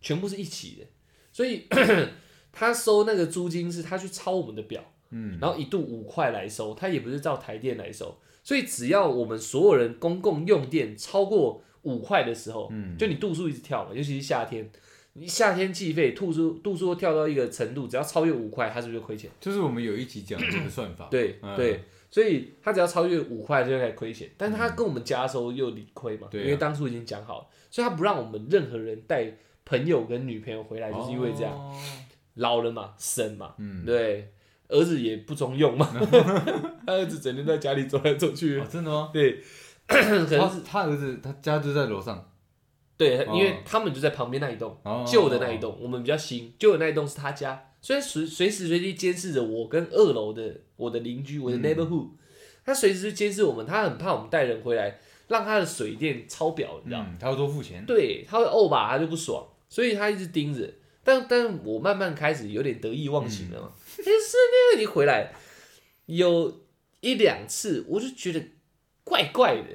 S1: 全部是一起的，所以 他收那个租金是他去抄我们的表，嗯，然后一度五块来收，他也不是照台电来收，所以只要我们所有人公共用电超过五块的时候，嗯，就你度数一直跳嘛，尤其是夏天，你夏天计费度数度数跳到一个程度，只要超越五块，他是不是就亏钱？
S2: 就是我们有一集讲这个算法，
S1: 对、
S2: 嗯
S1: 对，所以他只要超越五块就开始亏钱，但是他跟我们加收又理亏嘛，
S2: 对啊
S1: 因为当初已经讲好了，所以他不让我们任何人带朋友跟女朋友回来，就是因为这样，
S2: 哦嗯
S1: 老了嘛，省嘛，对，儿子也不中 用嘛，他儿子整天在家里走来走去
S2: 哦，，真的吗？
S1: 对， 可能
S2: 他他儿子他家就在楼上，
S1: 对，
S2: 哦
S1: 因为他们就在旁边那一栋，
S2: 哦
S1: 旧的那一栋，我们比较新，旧的那一栋是他家，所以随随时随地监视着我跟二楼的我的邻居，我
S2: 嗯
S1: 的 neighborhood，、他随时监视我们，他很怕我们带人回来，让他的水电超表，你知道吗？
S2: 嗯，他要多付钱，
S1: 哦对，他会怄吧，他就不爽，所以他一直盯着。但但我慢慢开始有点得意忘形了
S2: 嗯
S1: 嘛。哎、是那个你回来有一两次，我就觉得怪怪的。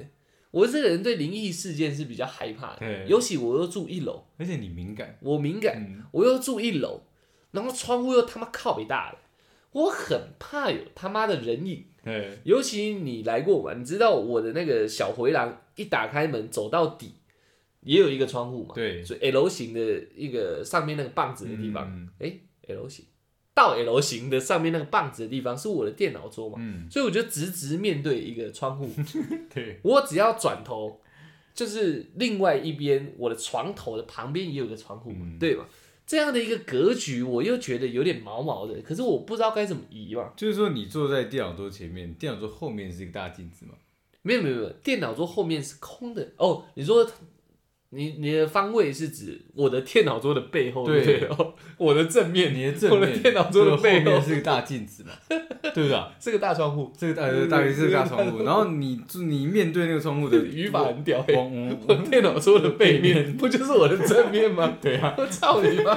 S1: 我这个人对灵异事件是比较害怕的，
S2: 对
S1: 尤其我又住一楼，
S2: 而且你敏感，
S1: 我敏感，
S2: 嗯，
S1: 我又住一楼，然后窗户又他妈靠北大的，我很怕有他妈的人影。
S2: 对，
S1: 尤其你来过嘛，你知道我的那个小回廊一打开门走到底，也有一个窗户嘛，
S2: 对
S1: 所以 L 型的一个上面那个棒子的地方，
S2: 嗯
S1: 哎、l 型到 L 型的上面那个棒子的地方是我的电脑桌嘛，
S2: 嗯，
S1: 所以我就直直面对一个窗户，
S2: 对，
S1: 我只要转头，就是另外一边我的床头的旁边也有个窗户嘛，
S2: 嗯
S1: 对嘛？这样的一个格局，我又觉得有点毛毛的，可是我不知道该怎么移嘛。
S2: 就是说你坐在电脑桌前面，电脑桌后面是一个大镜子嘛，
S1: 没有没有没有，电脑桌后面是空的哦。你说，你你的方位是指我的电脑桌的背后，对
S2: 对嗯
S1: 不对哦？我的正面，
S2: 你的
S1: 我
S2: 正
S1: 的
S2: 面，
S1: 电脑桌的
S2: 后
S1: 背后
S2: 面是个大 镜子嘛，对不对啊？
S1: 是个大窗户，
S2: 这个大呃大约是个大 窗户，然后你你面对那个窗户的
S1: 语法很屌欸
S2: 光嗯
S1: 我电脑桌的背面不就是我的正面吗？
S2: 对啊，
S1: 我操你 妈！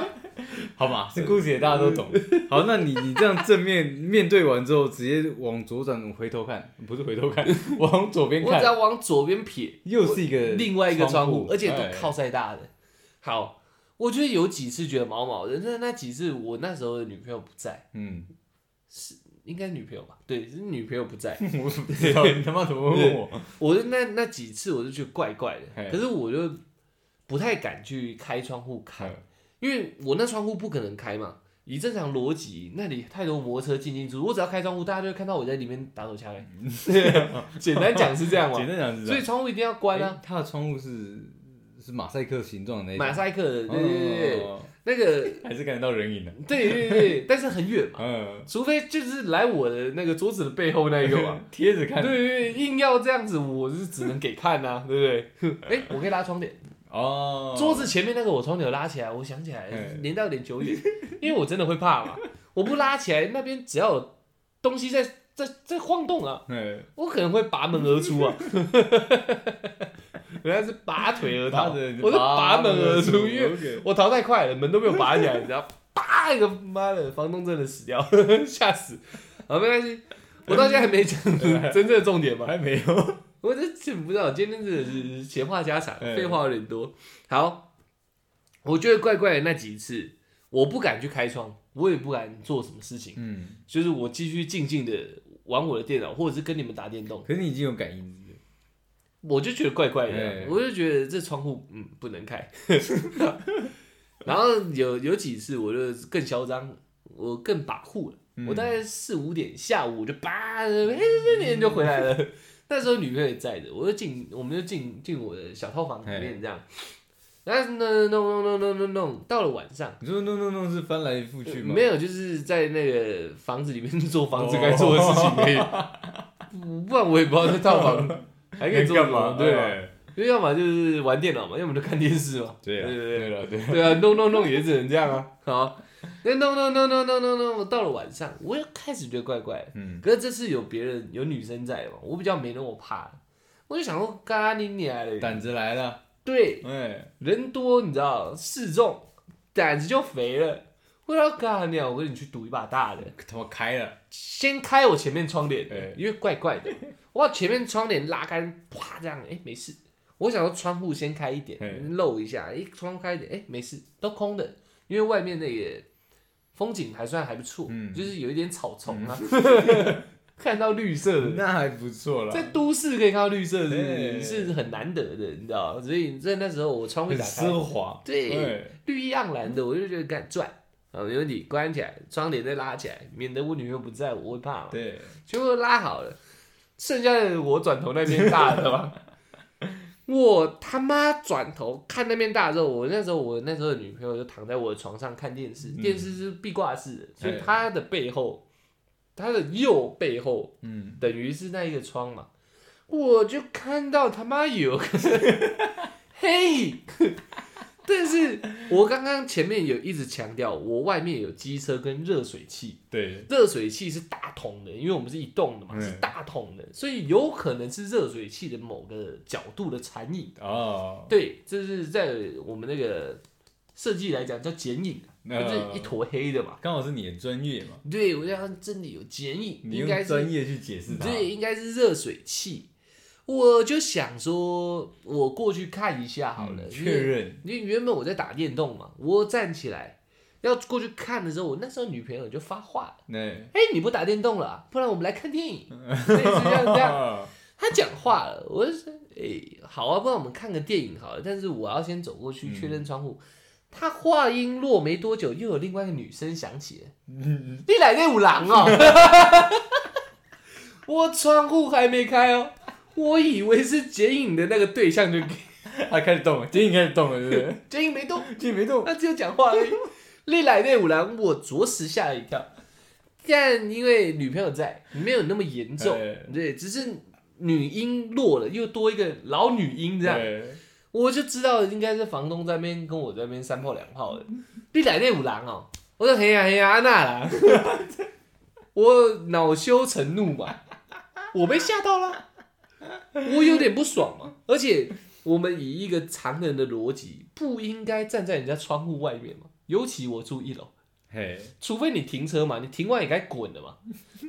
S2: 好嘛，这故事也大家 都懂。好，那你你这样正面面对完之后，直接往左转回头看，不是回头 看，往左边
S1: 我只
S2: 看，
S1: 要往左边撇，
S2: 又是一个
S1: 另外一个窗户，而且
S2: 哎
S1: 都靠晒大的。好，我觉得有几次觉得毛毛的，那那几次我那时候的女朋友不在，
S2: 嗯，
S1: 应该女朋友吧？对，是女朋友不在。
S2: 我怎么知道？ 你他妈怎么会问我？
S1: 我就那那几次我就觉得怪怪的，
S2: 嘿
S1: 可是我就不太敢去开窗户
S2: 哎
S1: 看，因为我那窗户不可能开嘛。以正常逻辑，那里太多摩托车进进出出，我只要开窗户，大家就会看到我在里面打手枪、欸。 简单讲是这样
S2: 简
S1: 嘛，
S2: 单讲是这
S1: 所以
S2: 样。
S1: 窗户一定要关啊。
S2: 哎它的窗户是是马赛克形状的那
S1: 马
S2: 种，
S1: 赛克的，对对对对，
S2: 哎哦
S1: 那个
S2: 还是看得到人影的。
S1: 对对对，但是很远嘛，
S2: 嗯，
S1: 除非就是来我的那个桌子的背后那一个 嘛。
S2: 贴着
S1: 对
S2: 看。
S1: 对对，硬要这样子，我是只能给看呐、啊， 对不对？哎、我可以拉窗帘。
S2: 哦，
S1: 桌子前面那个我窗帘拉起来，我想起来
S2: 嗯
S1: 年代有点久远，因为我真的会怕嘛。 我不拉起来，那边只要有东西在在在晃动啊，
S2: 嗯，
S1: 我可能会拔门而出啊。 原来是拔腿而逃，
S2: 妈的
S1: 我是拔门而出，因为
S2: 为
S1: 我逃太快了，门都没有拔起来，你知道？啪一个妈的，房东真的死掉， 吓死！好，没关系，我到现在还没 讲真正的重点嘛
S2: 我。还没有。
S1: 我这这不知道，今天真的是闲话家常，
S2: 嗯
S1: 废话有点多。好，我觉得怪怪的那几次，我不敢去开窗，我也不敢做什么事情，
S2: 嗯，
S1: 就是我继续静静的玩我的电脑，或者是跟你们打电动，
S2: 可是你已经有感应了。
S1: 我就觉得怪怪的啊，
S2: 嗯
S1: 我就觉得这窗户嗯不能开。 然后有有几次我就更嚣张，我更跋扈了。
S2: 嗯
S1: 我大概四五点下午我就叭，嘿，这边就回来了。
S2: 嗯
S1: 那时候女朋友也在的，我就进，我们就进进我的小套房
S2: 哎
S1: 里面这样。但是弄弄弄弄弄弄，到了晚上，
S2: 你说弄弄弄是翻来覆去吗？
S1: 没有，就是在那个房子里面做房子该做的事情而
S2: 哦
S1: 已。不然我也不知道这套房还可以做什
S2: 干
S1: 么
S2: 嘛？，
S1: 对吧？
S2: 哎
S1: 因为要么就是玩电脑嘛，要么就看电视嘛。
S2: 对啊
S1: 对
S2: 对
S1: 对
S2: 了对
S1: 对，对啊，弄弄弄也只能这样啊。好，那弄弄弄弄弄弄弄，到了晚上，我又开始觉得怪怪的。
S2: 嗯，
S1: 可是这次有别人有女生在嘛，我比较没那么怕，我就想说，嘎你娘嘞！
S2: 胆子来了，
S1: 对，
S2: 哎，
S1: 人多你知道，示众，胆子就肥了。我要嘎你娘，我跟你去赌一把大的，
S2: 他妈开了，
S1: 先开我前面窗帘
S2: 哎，
S1: 因为怪怪 的，我把前面窗帘拉开，啪这样，哎、没事。我想说窗户先开一点
S2: 哎，
S1: 露一下，一窗户开一点，哎、没事，都空的，因为外面那个风景还算还不错，
S2: 嗯
S1: 就是有一点草丛啊， 看到绿色的，
S2: 那还不错
S1: 在
S2: 啦，
S1: 都市可以看到绿色是不是
S2: 哎
S1: 是很难得的，你知道？所以在那时候我窗户
S2: 很
S1: 打开，
S2: 奢华，
S1: 对，
S2: 哎，
S1: 绿意盎然的，我就觉得敢赚啊，没问题，关起来，窗帘再拉起来，免得我女朋友不在，我会怕嘛。
S2: 对，
S1: 全部都拉好了，剩下的我转头那边大 的嘛。我他妈转头看那边大之后，我那时候我那时候的女朋友就躺在我的床上看电视，
S2: 嗯
S1: 电视是壁挂式的，所以
S2: 哎
S1: 她的背后，她的右背后
S2: 嗯，
S1: 等于是那一个窗嘛，我就看到他妈有个 嘿，但是我刚刚前面有一直强调，我外面有机车跟热水器，
S2: 对，
S1: 热水器是大桶的，因为我们是一栋的嘛，
S2: 嗯
S1: 是大桶的，所以有可能是热水器的某个角度的残影。
S2: 哦，
S1: 对，这是在我们那个设计来讲叫剪影，
S2: 呃
S1: 就是一坨黑的嘛。
S2: 刚好是你的专业嘛，
S1: 对，我想它真的有剪影，
S2: 你
S1: 应
S2: 用
S1: 该是
S2: 专业去解释它。
S1: 对，应该是热水器。我就想说，我过去看一下好了，因
S2: 嗯确
S1: 为
S2: 认
S1: 因为原本我在打电动嘛，我站起来要过去看的时候，我那时候女朋友就发话了
S2: 对。：“
S1: 哎、你不打电动了啊，不然我们来看电影。”类似这样这 样，他讲话了，我就说，哎、好啊，不然我们看个电影好了。但是我要先走过去
S2: 嗯
S1: 确认窗户。他话音落没多久，又有另外一个女声响起了
S2: 嗯，：“
S1: 你来这五郎哦！”我窗户还没开哦，我以为是剪影的那个对象就
S2: 他开始动了，电影开始动了，对不对？
S1: 剪影没动，
S2: 电影没动，
S1: 他只有讲话而已。你来这五郎，我着实吓了一跳。但因为女朋友在，没有那么严重，
S2: 哎
S1: 对，只是女音落了，又多一个老女音这样。
S2: 对，
S1: 我就知道应该是房东在那边跟我在那边三炮两炮的。你来那五郎哦，我说嘿呀嘿呀安娜啦， 我恼羞成怒嘛，我被吓到了，我有点不爽嘛。而且我们以一个常人的逻辑，不应该站在人家窗户外面嘛，尤其我住一楼。
S2: 嘿，
S1: 除非你停车嘛，你停完也该滚了嘛。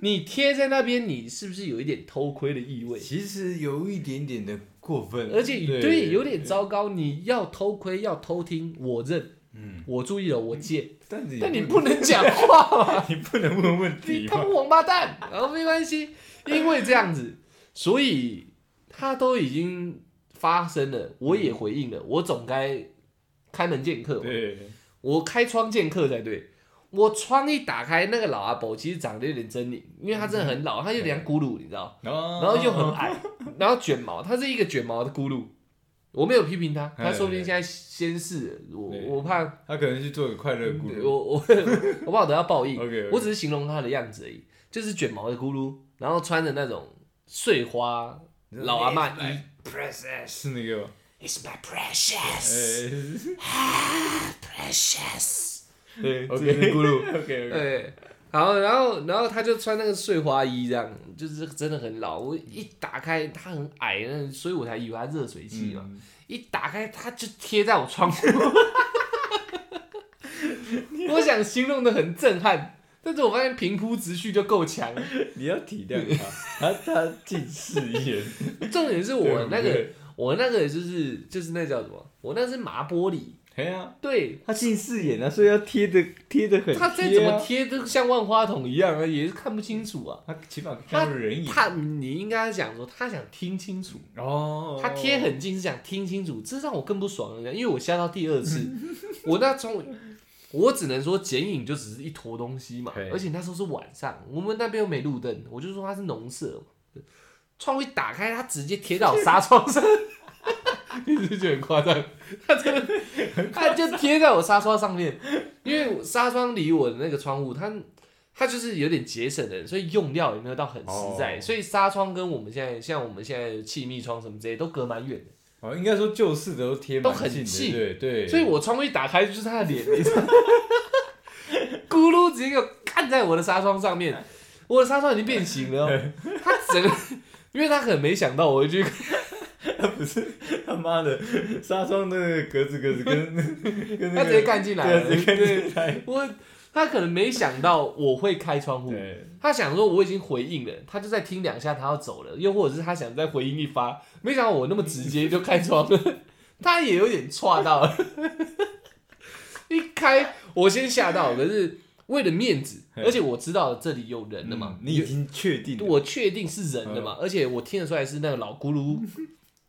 S1: 你贴在那边，你是不是有一点偷窥的意味？
S2: 其实有一点点的过分，
S1: 而且对，有点糟糕。你要偷窥，要偷听，我认，
S2: 嗯，
S1: 我注意了，我戒。
S2: 但是
S1: 但你不能讲话嘛，
S2: 你不能问问
S1: 嗯 你
S2: 题
S1: 他
S2: 嘛
S1: 妈，王八蛋！然后没关系，因为这样子，所以他都已经发生了，我也回应了，我总该开门见客嘛。
S2: 对，
S1: 我开窗见客才对。我窗一打开，那个老阿伯其实长得有点狰狞，因为他真的很老，他有点像咕噜，你知道，
S2: 然后
S1: 然后又很矮，
S2: 嗯
S1: 然后卷毛，他是一个卷毛的咕噜。我没有批评他，他说不定现在先试了，我
S2: 对
S1: 我怕
S2: 他可能去做个快乐鼓
S1: 我我 我怕我等下报 应，
S2: ，OK，
S1: 我只是形容他的样子而已，就是卷毛的咕噜，然后穿着那种碎花老阿嬷衣。
S2: precious 是那个吗，
S1: It's my precious,
S2: 哎
S1: precious。对
S2: ，OK，
S1: 这是咕噜。
S2: ，OK，OK，
S1: 对，然后然后然后他就穿那个碎花衣，这样就是真的很老。我一打开，他很矮，那所以我才以为他热水器嘛。
S2: 嗯
S1: 一打开，他就贴在我窗户。 我想形容的很震撼，但是我发现平铺直叙就够强了。
S2: 你要体谅他，他他近视眼，
S1: 重点是
S2: 对
S1: 我
S2: 不
S1: 那个
S2: 对，
S1: 我那个就是就是那叫什么？我那是麻玻璃，
S2: 哎呀，
S1: 对。
S2: 他近视眼啊，所以要贴的贴的很，
S1: 他再怎么，贴都像万花筒一样啊，也是看不清楚啊。
S2: 他起码看到人影，
S1: 他你应该讲说，他想听清楚，
S2: 哦，
S1: 他贴 很近是想听清楚，这让我更不爽了，因为我吓到第二次， 我那从我只能说剪影就只是一坨东西嘛
S2: 对，
S1: 而且那时候是晚上，我们那边又没路灯，我就说它是农舍嘛，窗户一打开，它直接贴到我纱窗上，你是不是觉得很夸张？它真的，它就贴在我纱窗上面，因为我纱窗离我的那个窗户，它。它就是有点节省的人，所以用料也没有到很实在
S2: 哦
S1: 所以纱窗跟我们现在像我们现在的气密窗什么之类都隔蛮远的。
S2: 哦，应该说旧式的都贴蛮
S1: 都很
S2: 近
S1: 近
S2: 的，对对，
S1: 所以我窗户一打开就是他的脸，你知道吗 咕噜直接给我干在我的纱窗上面，我的纱窗已经变形了哦，他整个，因为他可能没想到我会去，
S2: 不是他妈的纱窗那个格子格 子跟跟
S1: 他
S2: 那
S1: 直接
S2: 个
S1: 干进来了，
S2: 对直接
S1: 对，
S2: 跟来，
S1: 我他可能没想到我会开窗户，
S2: 对，
S1: 他想说我已经回应了，他就再听两下他要走了，又或者是他想再回应一发，没想到我那么直接就开窗 了，他也有点岔到了，一开我先吓到，可是为了面子，
S2: 嘿
S1: 而且我知道这里有人了嘛
S2: 嗯，你嗯已经确定了
S1: 我确定是人了嘛，而且我听得出来是那个老咕噜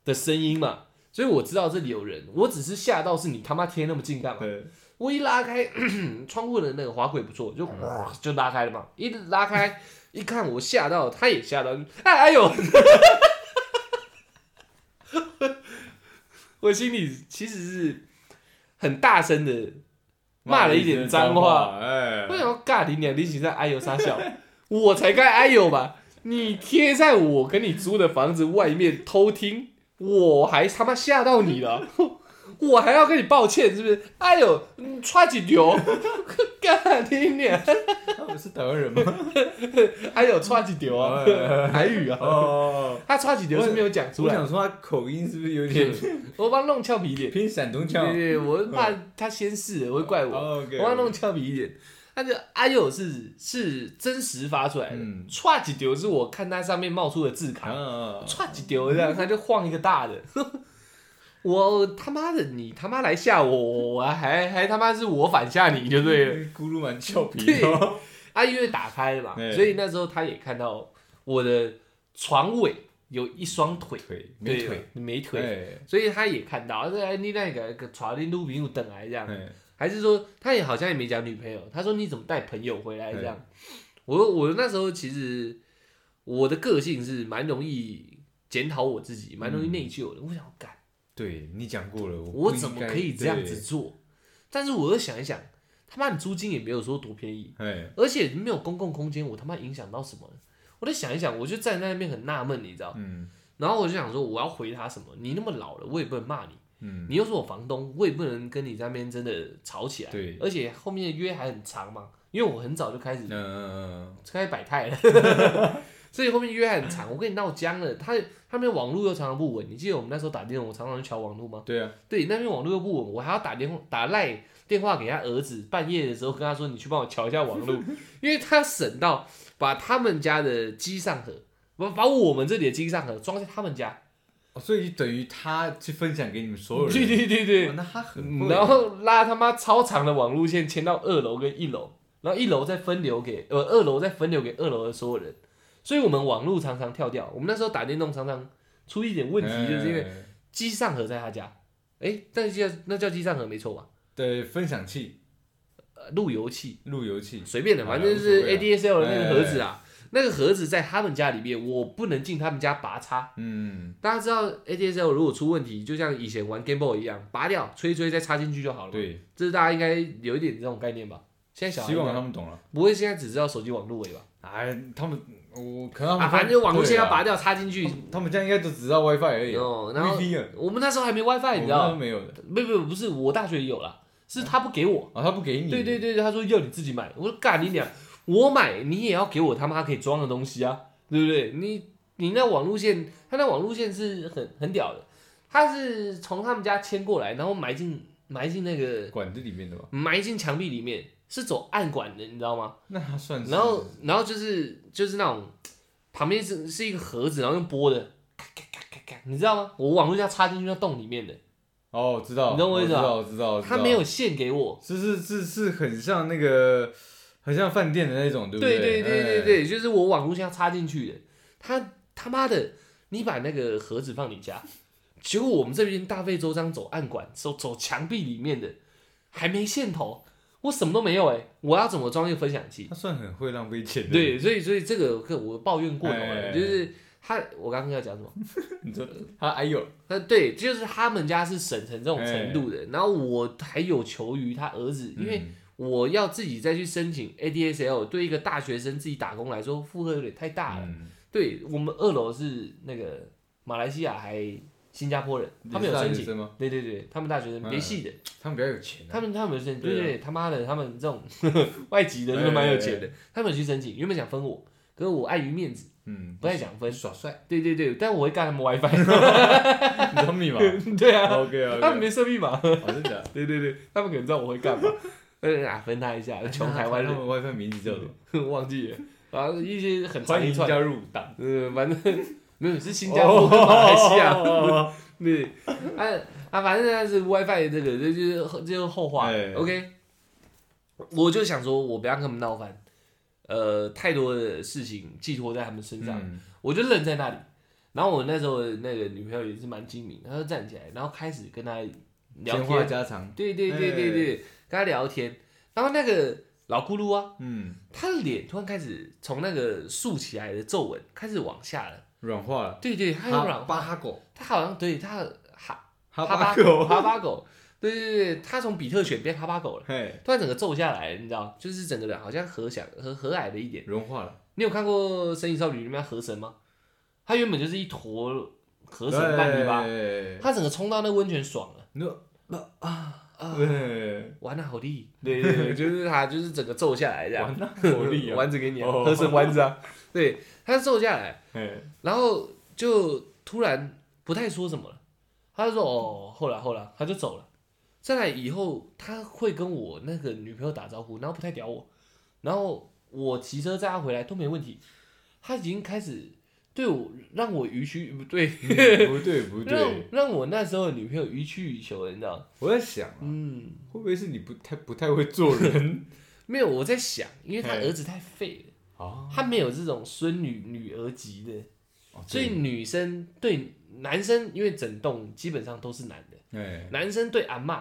S1: 的声音嘛，所以我知道这里有人，我只是吓到是你他妈贴那么近干嘛？
S2: 对，
S1: 我一拉开 窗户的那个滑轨不错，就哗就拉开了嘛。一拉开 一看，我吓到，他也吓到，哎哎呦！ 我心里其实是很大声的骂了一点脏话，，
S2: 哎
S1: 为，什么尬你娘？你起在哎呦傻笑，我才该哎呦吧！你贴在我跟你租的房子外面偷听，我还他妈吓到你了，我还要跟你抱歉是不是？哎呦，你踹几牛， 干听你，
S2: 他们是台湾 人吗？
S1: 哎呦，踹几牛啊
S2: 哎哎哎，
S1: 台语啊，
S2: 哦，
S1: 他踹几牛是没有讲出
S2: 我
S1: 来，
S2: 想说他口音是不是有点
S1: 我帮他弄俏皮一点，
S2: 偏 山东
S1: 对
S2: 腔
S1: 对，对，我
S2: 嗯
S1: 怕他先试了会怪我，
S2: 哦
S1: 我
S2: ，OK，
S1: 帮他弄俏皮一点。他就哎呦是是真实发出来的
S2: 嗯，
S1: 踹几丢是我看他上面冒出的字卡，
S2: 啊，
S1: 唰几丢这样，他就晃一个大的。 我他妈的，你他妈来吓我，我还还他妈是我反吓你就对了。
S2: 咕噜蛮俏皮的哦，
S1: 啊，因为打开了嘛，
S2: 对
S1: 所以那时候他也看到我的床尾有一双腿，
S2: 腿没
S1: 对
S2: 腿，，
S1: 没腿，
S2: 对，
S1: 所以他也看到，啊，哎，你那个个床边路边有等来这样，
S2: 哎
S1: 还是说他也好像也没讲女朋友，他说你怎么带朋友回来这样？我我那时候其实我的个性是蛮容易检讨我自己，蛮容易内疚的。我想，干，
S2: 对你讲过了，
S1: 我
S2: 不应
S1: 怎么
S2: 该
S1: 可以这样子？做？但是我又想一想，他妈你租金也没有说多便宜，
S2: 对哎，
S1: 而且没有公共空间，我他妈影响到什么？我在想一想，我就站在那边很纳闷，你知道？
S2: 嗯
S1: 然后我就想说，我要回他什么？你那么老了，我也不能骂你。
S2: 嗯，
S1: 你又是我房东，我也不能跟你在那边真的吵起来。
S2: 对
S1: 而且后面的约还很长嘛，因为我很早就开始
S2: 嗯嗯
S1: 开始摆态了， 所以后面约还很长。我跟你闹僵了，他他那边网络又常常不稳。你记得我们那时候打电话，我常常去瞧网络吗？
S2: 嗯，对啊，
S1: 对，那边网络又不稳，我还要打电话打赖电话给他儿子，半夜的时候跟他说你去帮我瞧一下网络， 因为他省到把他们家的机上盒，把把我们这里的机上盒装在他们家。
S2: 哦所以等于他去分享给你们所有人，
S1: 对对对对
S2: 哇，，那他很
S1: 嗯
S2: 会，
S1: 然后拉他妈超长的网路线牵到二楼跟一楼，然后一楼再分流给呃二楼再分流给二楼的所有人，所以我们网路常常跳掉。我们那时候打电动常常出一点问题，就是因为
S2: 哎
S1: 机上盒在他家，哎，但是叫那叫机上盒没错吧？
S2: 对分享器、
S1: 呃，路由器
S2: 路由器，
S1: 随便的，
S2: 哎
S1: 反正就
S2: 无
S1: 是
S2: 所谓啊哎
S1: ADSL 的那个盒子啊，那个盒子在他们家里面，我不能进他们家拔插。
S2: 嗯，
S1: 大家知道 ADSL 如果出问题，就像以前玩 Game Boy 一样，拔掉吹一吹再插进去就好了嘛。
S2: 对，
S1: 这是大家应该有一点这种概念吧？现在小孩
S2: 希
S1: 应
S2: 望
S1: 该
S2: 他们懂了。
S1: 不会现在只知道手机网络而已吧？
S2: 哎，他们我可能他
S1: 啊，
S2: 们
S1: 反正就网络线要拔
S2: 对
S1: 掉插进去
S2: 啊，他们这样应该就只知道 WiFi 而已啊，
S1: 哦，然后
S2: VP 啊
S1: 我们那时候还没 WiFi，你知
S2: 我们那
S1: 道？
S2: 没有的
S1: 不不不是，我大学也有啦，是他不给我。
S2: 啊，他不给你，
S1: 对对对，他说要你自己买，我说干你娘，我买你也要给我他妈可以装的东西啊，对不对？你你那网路线，他那网路线是很很屌的，他是从他们家迁过来，然后埋进埋进那个
S2: 管子里面的吧？
S1: 埋进墙壁里面，是走暗管的，你知道吗？
S2: 那他算是
S1: 然后然后就是就是那种旁边是是一个盒子，然后用拨的，咔咔咔咔咔，你知道吗？我网络要插进去那洞里面的，
S2: 哦，我知道，
S1: 你懂我意思吧
S2: 我知道，我知道，
S1: 他没有线给我。
S2: 是是是是很像那个，很像饭店的那种，对不
S1: 对对
S2: 对
S1: 对对
S2: 哎
S1: 对，就是我网络要插进去的，他他妈的，你把那个盒子放你家，结果我们这边大费周章走暗管，走走墙壁里面的，还没线头，我什么都没有哎、我要怎么装一个分享器？
S2: 他算很会浪费钱的。，
S1: 对，所以所以这个可我抱怨过头了，
S2: 哎
S1: 就是他，我刚刚要讲什么？
S2: 你说他哎呦，
S1: 那呃对，就是他们家是省成这种程度的，然后我还有求于他儿子，因为
S2: 哎嗯
S1: 我要自己再去申请 ADSL，对一个大学生自己打工来说负荷有点太大了。
S2: 嗯
S1: 对我们二楼是那个马来西亚还新加坡人，他们有
S2: 也是大
S1: 申
S2: 学
S1: 请，
S2: 生吗？
S1: 对对对，他们大学生
S2: 嗯
S1: 别系的，
S2: 他们比较有钱啊
S1: 他们他们有申请，
S2: 对啊
S1: 对对对，他妈的，他们这种 外籍的真的蛮有
S2: 哎
S1: 钱的，他们有去申请，原本想分我，可是我碍于面子。
S2: 嗯，
S1: 不太想分。
S2: 耍帅，
S1: 对对对，但我会干他们 WiFi。
S2: 你知 道密码
S1: 对啊，
S2: ？OK
S1: 他们
S2: OK，
S1: 没设密码。
S2: 真的啊，
S1: 对对对，他们可能知道我会干嘛。呃，啊，分他一下，穷台湾
S2: 他
S1: 人
S2: 们 WiFi 名字叫什 么？
S1: 忘记了，然后一些很长
S2: 欢
S1: 一
S2: 迎哦
S1: 串，
S2: 加入党。
S1: 呃，反正没有是新加坡跟马来西亚，
S2: 哦，
S1: 对，啊啊，反正那是 WiFi 这个，这就是后这就是后话
S2: 哎。
S1: OK，我就想说，我不要跟他们闹翻，呃，太多的事情寄托在他们身上。
S2: 嗯
S1: 我就愣在那里。然后我那时候的那个女朋友也是蛮精明，她就站起来，然后开始跟她聊
S2: 闲话
S1: 天，
S2: 家常，
S1: 对对对对对，
S2: 哎
S1: 跟她聊天。然后那个老咕噜啊，
S2: 嗯，
S1: 她的脸突然开始从那个竖起来的皱纹开始往下了，
S2: 软化了。
S1: 对对，她有软化，
S2: 巴哈狗，
S1: 她好像对她哈
S2: 哈
S1: 巴
S2: 巴 狗，
S1: 哈巴狗，对对对，她从比特犬变哈巴狗了，
S2: 嘿，
S1: 突然整个皱下来，你知道，就是整个人好像和想和和蔼了一点。
S2: 融化了，
S1: 你有看过《神隐少女》里面的河神吗？它原本就是一坨河神半泥巴，
S2: 对
S1: 它整个冲到那温泉爽了，
S2: 你说对
S1: 玩的好力，
S2: 对对
S1: 对，就是他就是整个皱下来这样
S2: 玩，到 火力啊，
S1: 丸子给你、啊，
S2: 哦
S1: 合成丸子啊， 对，他皱下来，
S2: 嘿
S1: 然后就突然不太说什么了，他就说哦，后来后来，他就走了。再来以后，他会跟我那个女朋友打招呼，然后不太屌我，然后我骑车载他回来都没问题。他已经开始对我让我予取不对，
S2: 不对不
S1: 让
S2: 对，
S1: 让我那时候的女朋友予取予求了，你知道吗？
S2: 我在想啊，
S1: 嗯，
S2: 会不会是你不太不太会做人
S1: 没有，我在想，因为他
S2: 嘿
S1: 儿子太废了，
S2: 啊？
S1: 他没有这种孙女女儿级的，
S2: 哦
S1: 所以女生对男生，因为整栋基本上都是男的，
S2: 对哎，
S1: 男生对阿嬷，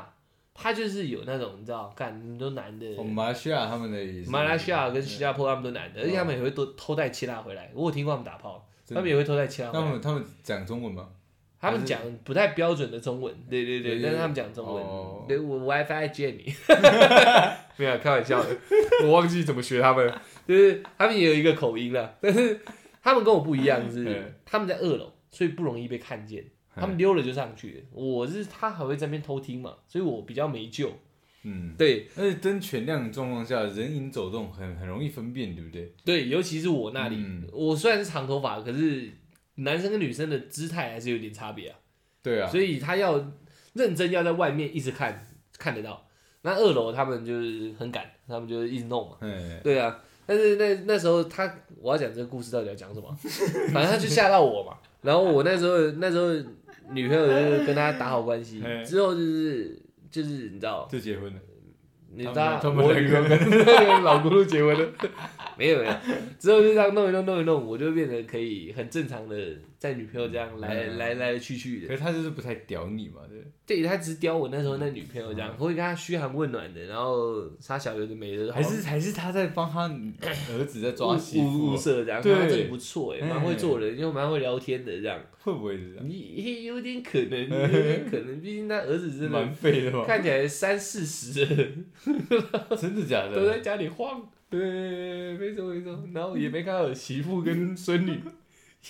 S1: 他就是有那种你知道，干你们都男的，
S2: 哦马来西亚他们的也是
S1: 马来西亚跟新加坡他们都男的，而且他们也会偷偷带切拉回来，我有听过他们打炮，他
S2: 啊真的
S1: 们也会偷带切拉回
S2: 他
S1: 来，
S2: 们他们讲中文吗？
S1: 他们讲不太标准的中文，对对
S2: 对
S1: 对，
S2: 对
S1: 但是他们讲中
S2: 哦
S1: 文，对我 WiFi 借你， 没有开玩笑 的，我忘记怎么学他们了，就是他们也有一个口音了， 但是他们跟我不一样，是
S2: 嗯
S1: 他们在二楼，所以不容易被看见。他们溜了就上去了。我是他还会在那边偷听嘛，所以我比较没救。
S2: 嗯，
S1: 对
S2: 而且灯全亮的状况下，人影走动很很容易分辨，对不对？
S1: 对，尤其是我那里，
S2: 嗯
S1: 我虽然是长头发，可是男生跟女生的姿态还是有点差别啊，
S2: 对啊，
S1: 所以他要认真要在外面一直看看得到。那二楼他们就是很赶，他们就一直弄嘛。
S2: 嗯，
S1: 对啊，但是那那时候他，我要讲这个故事到底要讲什么？反正他就吓到我嘛。然后我那时候那时候女朋友就是跟他打好关系
S2: 嘿，
S1: 之后就是就是你知道，
S2: 就结婚了，
S1: 你知道
S2: 他们他们两个
S1: 跟那个老咕噜结婚了， 没有没有，之后就这样弄一弄弄一弄，我就变得可以很正常的在女朋友这样来、
S2: 嗯
S1: 来来来去去
S2: 可
S1: 的，
S2: 是他就是不太屌你嘛，对不对。
S1: 对他只叼我那时候那女朋友这
S2: 嗯
S1: 样，我会跟他嘘寒问暖的，然后撒小有的没的，
S2: 还是还是他在帮他儿子在抓媳
S1: 物
S2: 妇
S1: 物
S2: 啊，
S1: 色这样，
S2: 对
S1: 他这里不错哎，蛮会做人，又蛮会聊天的这样，
S2: 会不会是
S1: 啊
S2: 这样？
S1: 你有点可 能，有点可能，毕竟他儿子真的
S2: 蛮 废的吧？
S1: 看起来三四十了，
S2: 真的假
S1: 都在
S2: 的？
S1: 家里晃。对，没错没错，然后也没看到有媳妇跟孙女，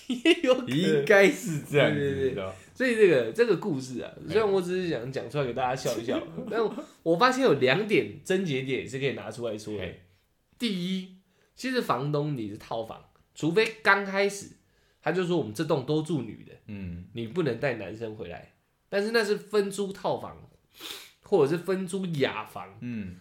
S1: 也 有可
S2: 应
S1: 能。
S2: 该是这样子，
S1: 对对对
S2: 你知道？
S1: 所以这个这个故事啊，虽然我只是想讲出来给大家笑一笑，但我我发现有两点症结点是可以拿出来说的
S2: 嘿。
S1: 第一，其实房东你是套房，除非刚开始他就说我们这栋都住女的，
S2: 嗯，
S1: 你不能带男生回来，但是那是分租套房或者是分租雅房
S2: 嗯，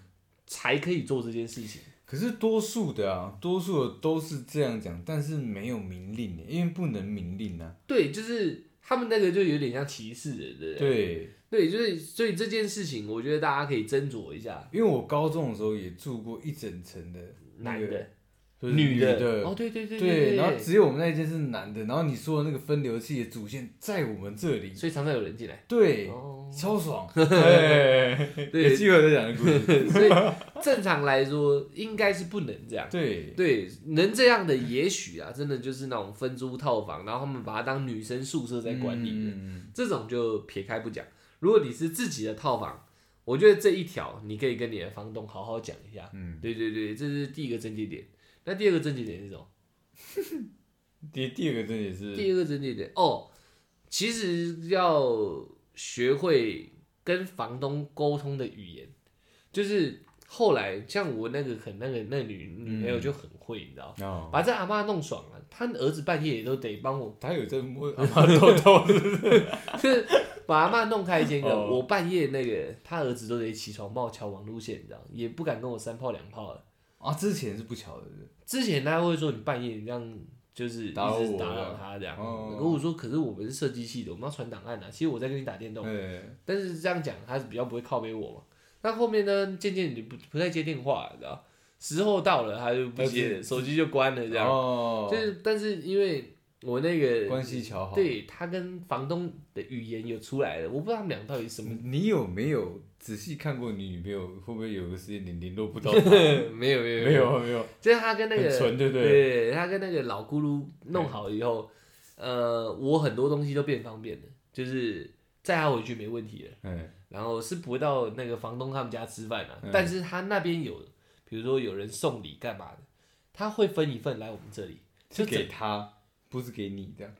S1: 才可以做这件事情。
S2: 可是多数的啊，多数的都是这样讲，但是没有明令耶，因为不能明令啊。
S1: 对，就是他们那个就有点像歧视人，对不对？
S2: 对，
S1: 对，就是所以这件事情，我觉得大家可以斟酌一下，
S2: 因为我高中的时候也住过一整层的那
S1: 男
S2: 个
S1: 的、
S2: 就是
S1: 女
S2: 的，
S1: 哦，对对对
S2: 对，
S1: 对，
S2: 然后只有我们那一间是男的，然后你说的那个分流器的主线在我们这里，
S1: 所以常常有人进来。
S2: 对，
S1: 哦，
S2: 超 爽，对，有机会再讲这个故事，
S1: 所以正常来说应该是不能这样。
S2: 对，
S1: 对，能这样的也许啊，真的就是那种分租套房，然后他们把它当女生宿舍在管理的，
S2: 嗯
S1: 这种就撇开不讲。如果你是自己的套房，我觉得这一条你可以跟你的房东好好讲一下。
S2: 嗯，
S1: 对对对，这是第一个症结点。那第二个症结点是什么？
S2: 第第二个真的是，
S1: 第二个症结点哦，其实要学会跟房东沟通的语言，就是后来像我那个可能那个那女女朋友就很会，你知道吗，
S2: 哦，
S1: 把这阿妈弄爽了，她儿子半夜也都得帮我，
S2: 他有在摸 阿妈豆豆，
S1: 就是把阿妈弄开先个，
S2: 哦
S1: 我半夜那个他儿子都得起床帮我敲网路线，你知道吗，也不敢跟我三炮两炮了。
S2: 啊，之前是不巧的，
S1: 之前他会说你半夜你这样就是一直
S2: 打
S1: 打
S2: 扰我
S1: 扰他这样，
S2: 哦
S1: 可我说可是我们是设计系的，我们要传档案啊，其实我在跟你打电动。
S2: 对，
S1: 但是这样讲，他是比较不会靠背我嘛。那后面呢，渐渐你不不太接电话，你知道，时候到了他就不接了，手机就关了这样。
S2: 哦
S1: 就，是，但是因为我那个
S2: 关系巧好，，
S1: 对他跟房东的语言有出来了，我不知道他们俩到底什么。
S2: 你有没有仔细看过你女朋友会不会有个时间点联络不到？
S1: 没有没有
S2: 没，有没有，
S1: 就是他跟那
S2: 很
S1: 个
S2: 纯，对不对？
S1: 对，他跟那个老咕噜弄好以后，呃，我很多东西都变方便了，就是载他回去没问题了。
S2: 嗯，
S1: 然后是不会到那个房东他们家吃饭啊，
S2: 嗯
S1: 但是他那边有，比如说有人送礼干嘛的，他会分一份来我们这里，就是整
S2: 给他，不是给你这样。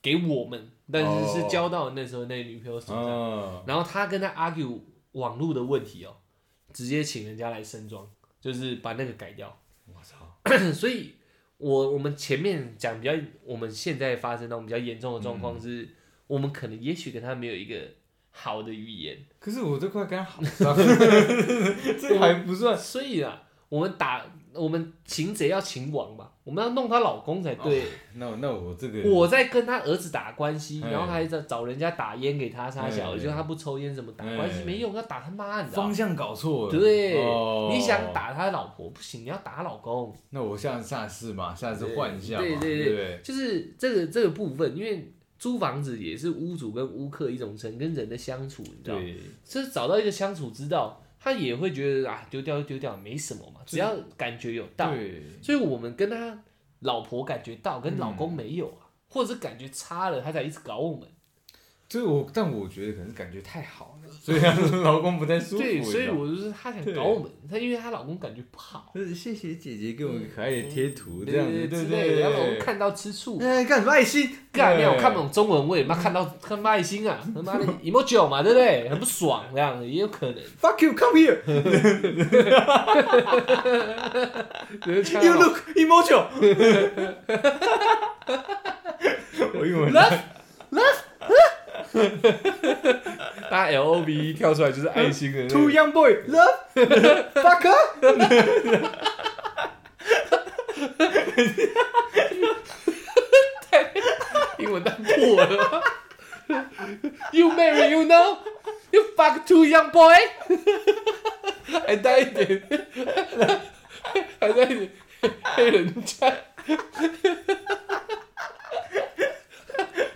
S1: 给我们，但是
S2: 哦
S1: 是交到那时候那女朋友手上。
S2: 嗯，
S1: 然后他跟他 argue 网络的问题哦，直接请人家来升装，就是把那个改 掉。
S2: 我操，
S1: 所以我我们前面讲比较，我们现在发生那种比较严重的状况
S2: 嗯
S1: 是，我们可能也许跟他没有一个好的语言，
S2: 可是我这块跟他好 上， 这还不 算，
S1: 所以啊，我们打我们擒贼要擒王嘛，我们要弄她老公才对。
S2: 那我那我 这个
S1: 我在跟他儿子打关系，
S2: 哎
S1: 然后还在找人家打烟给他杀小，
S2: 哎
S1: 就他不抽烟怎么打
S2: 哎
S1: 关系没用，要打他妈，你知道
S2: 方
S1: 吗？
S2: 向搞错了，
S1: 啊对，
S2: 哦
S1: 你想，打他老婆不行，你要打他老公。
S2: 那我下下次嘛，下次换一下嘛，
S1: 对对
S2: 对
S1: 对
S2: 不对，
S1: 就是这个这个部分，因为租房子也是屋主跟屋客一种人跟人的相处，你知道吗，
S2: 对，
S1: 就是找到一个相处之道，他也会觉得啊丢掉就丢掉没什么嘛，只要感觉有到，
S2: 对，
S1: 所以我们跟他老婆感觉到，跟老公没有啊，或者是感觉差了，他才一直搞我们。
S2: 就是我，但我觉得可能是感觉太好了，所以她 老公不太舒服，
S1: 对，所
S2: 你
S1: 以
S2: 知道吗
S1: 我就是他想搞我们，他因为她老公感觉不好，
S2: 就是谢谢姐姐给我们可爱的贴图，
S1: 对
S2: 这样子，
S1: 对
S2: 对
S1: 之
S2: 不
S1: 类的，
S2: 对，
S1: 她老公看到吃醋。
S2: 哎，干什么爱心？
S1: 干
S2: 对
S1: 掉，我看不懂中文，我也妈看到他妈爱 心啊，他妈的 emoji 嘛，对不对？很不爽这样，也有可能。
S2: Fuck you, come here.
S1: 呛
S2: You
S1: 到
S2: look emotional. 我英文
S1: love love，大家 L O V E 跳出来就是爱心的那
S2: too
S1: 个，
S2: young boy love fucker.
S1: 英文单破了。You marry, you know, you fuck two young boy，还带一点， 还带一点黑人腔。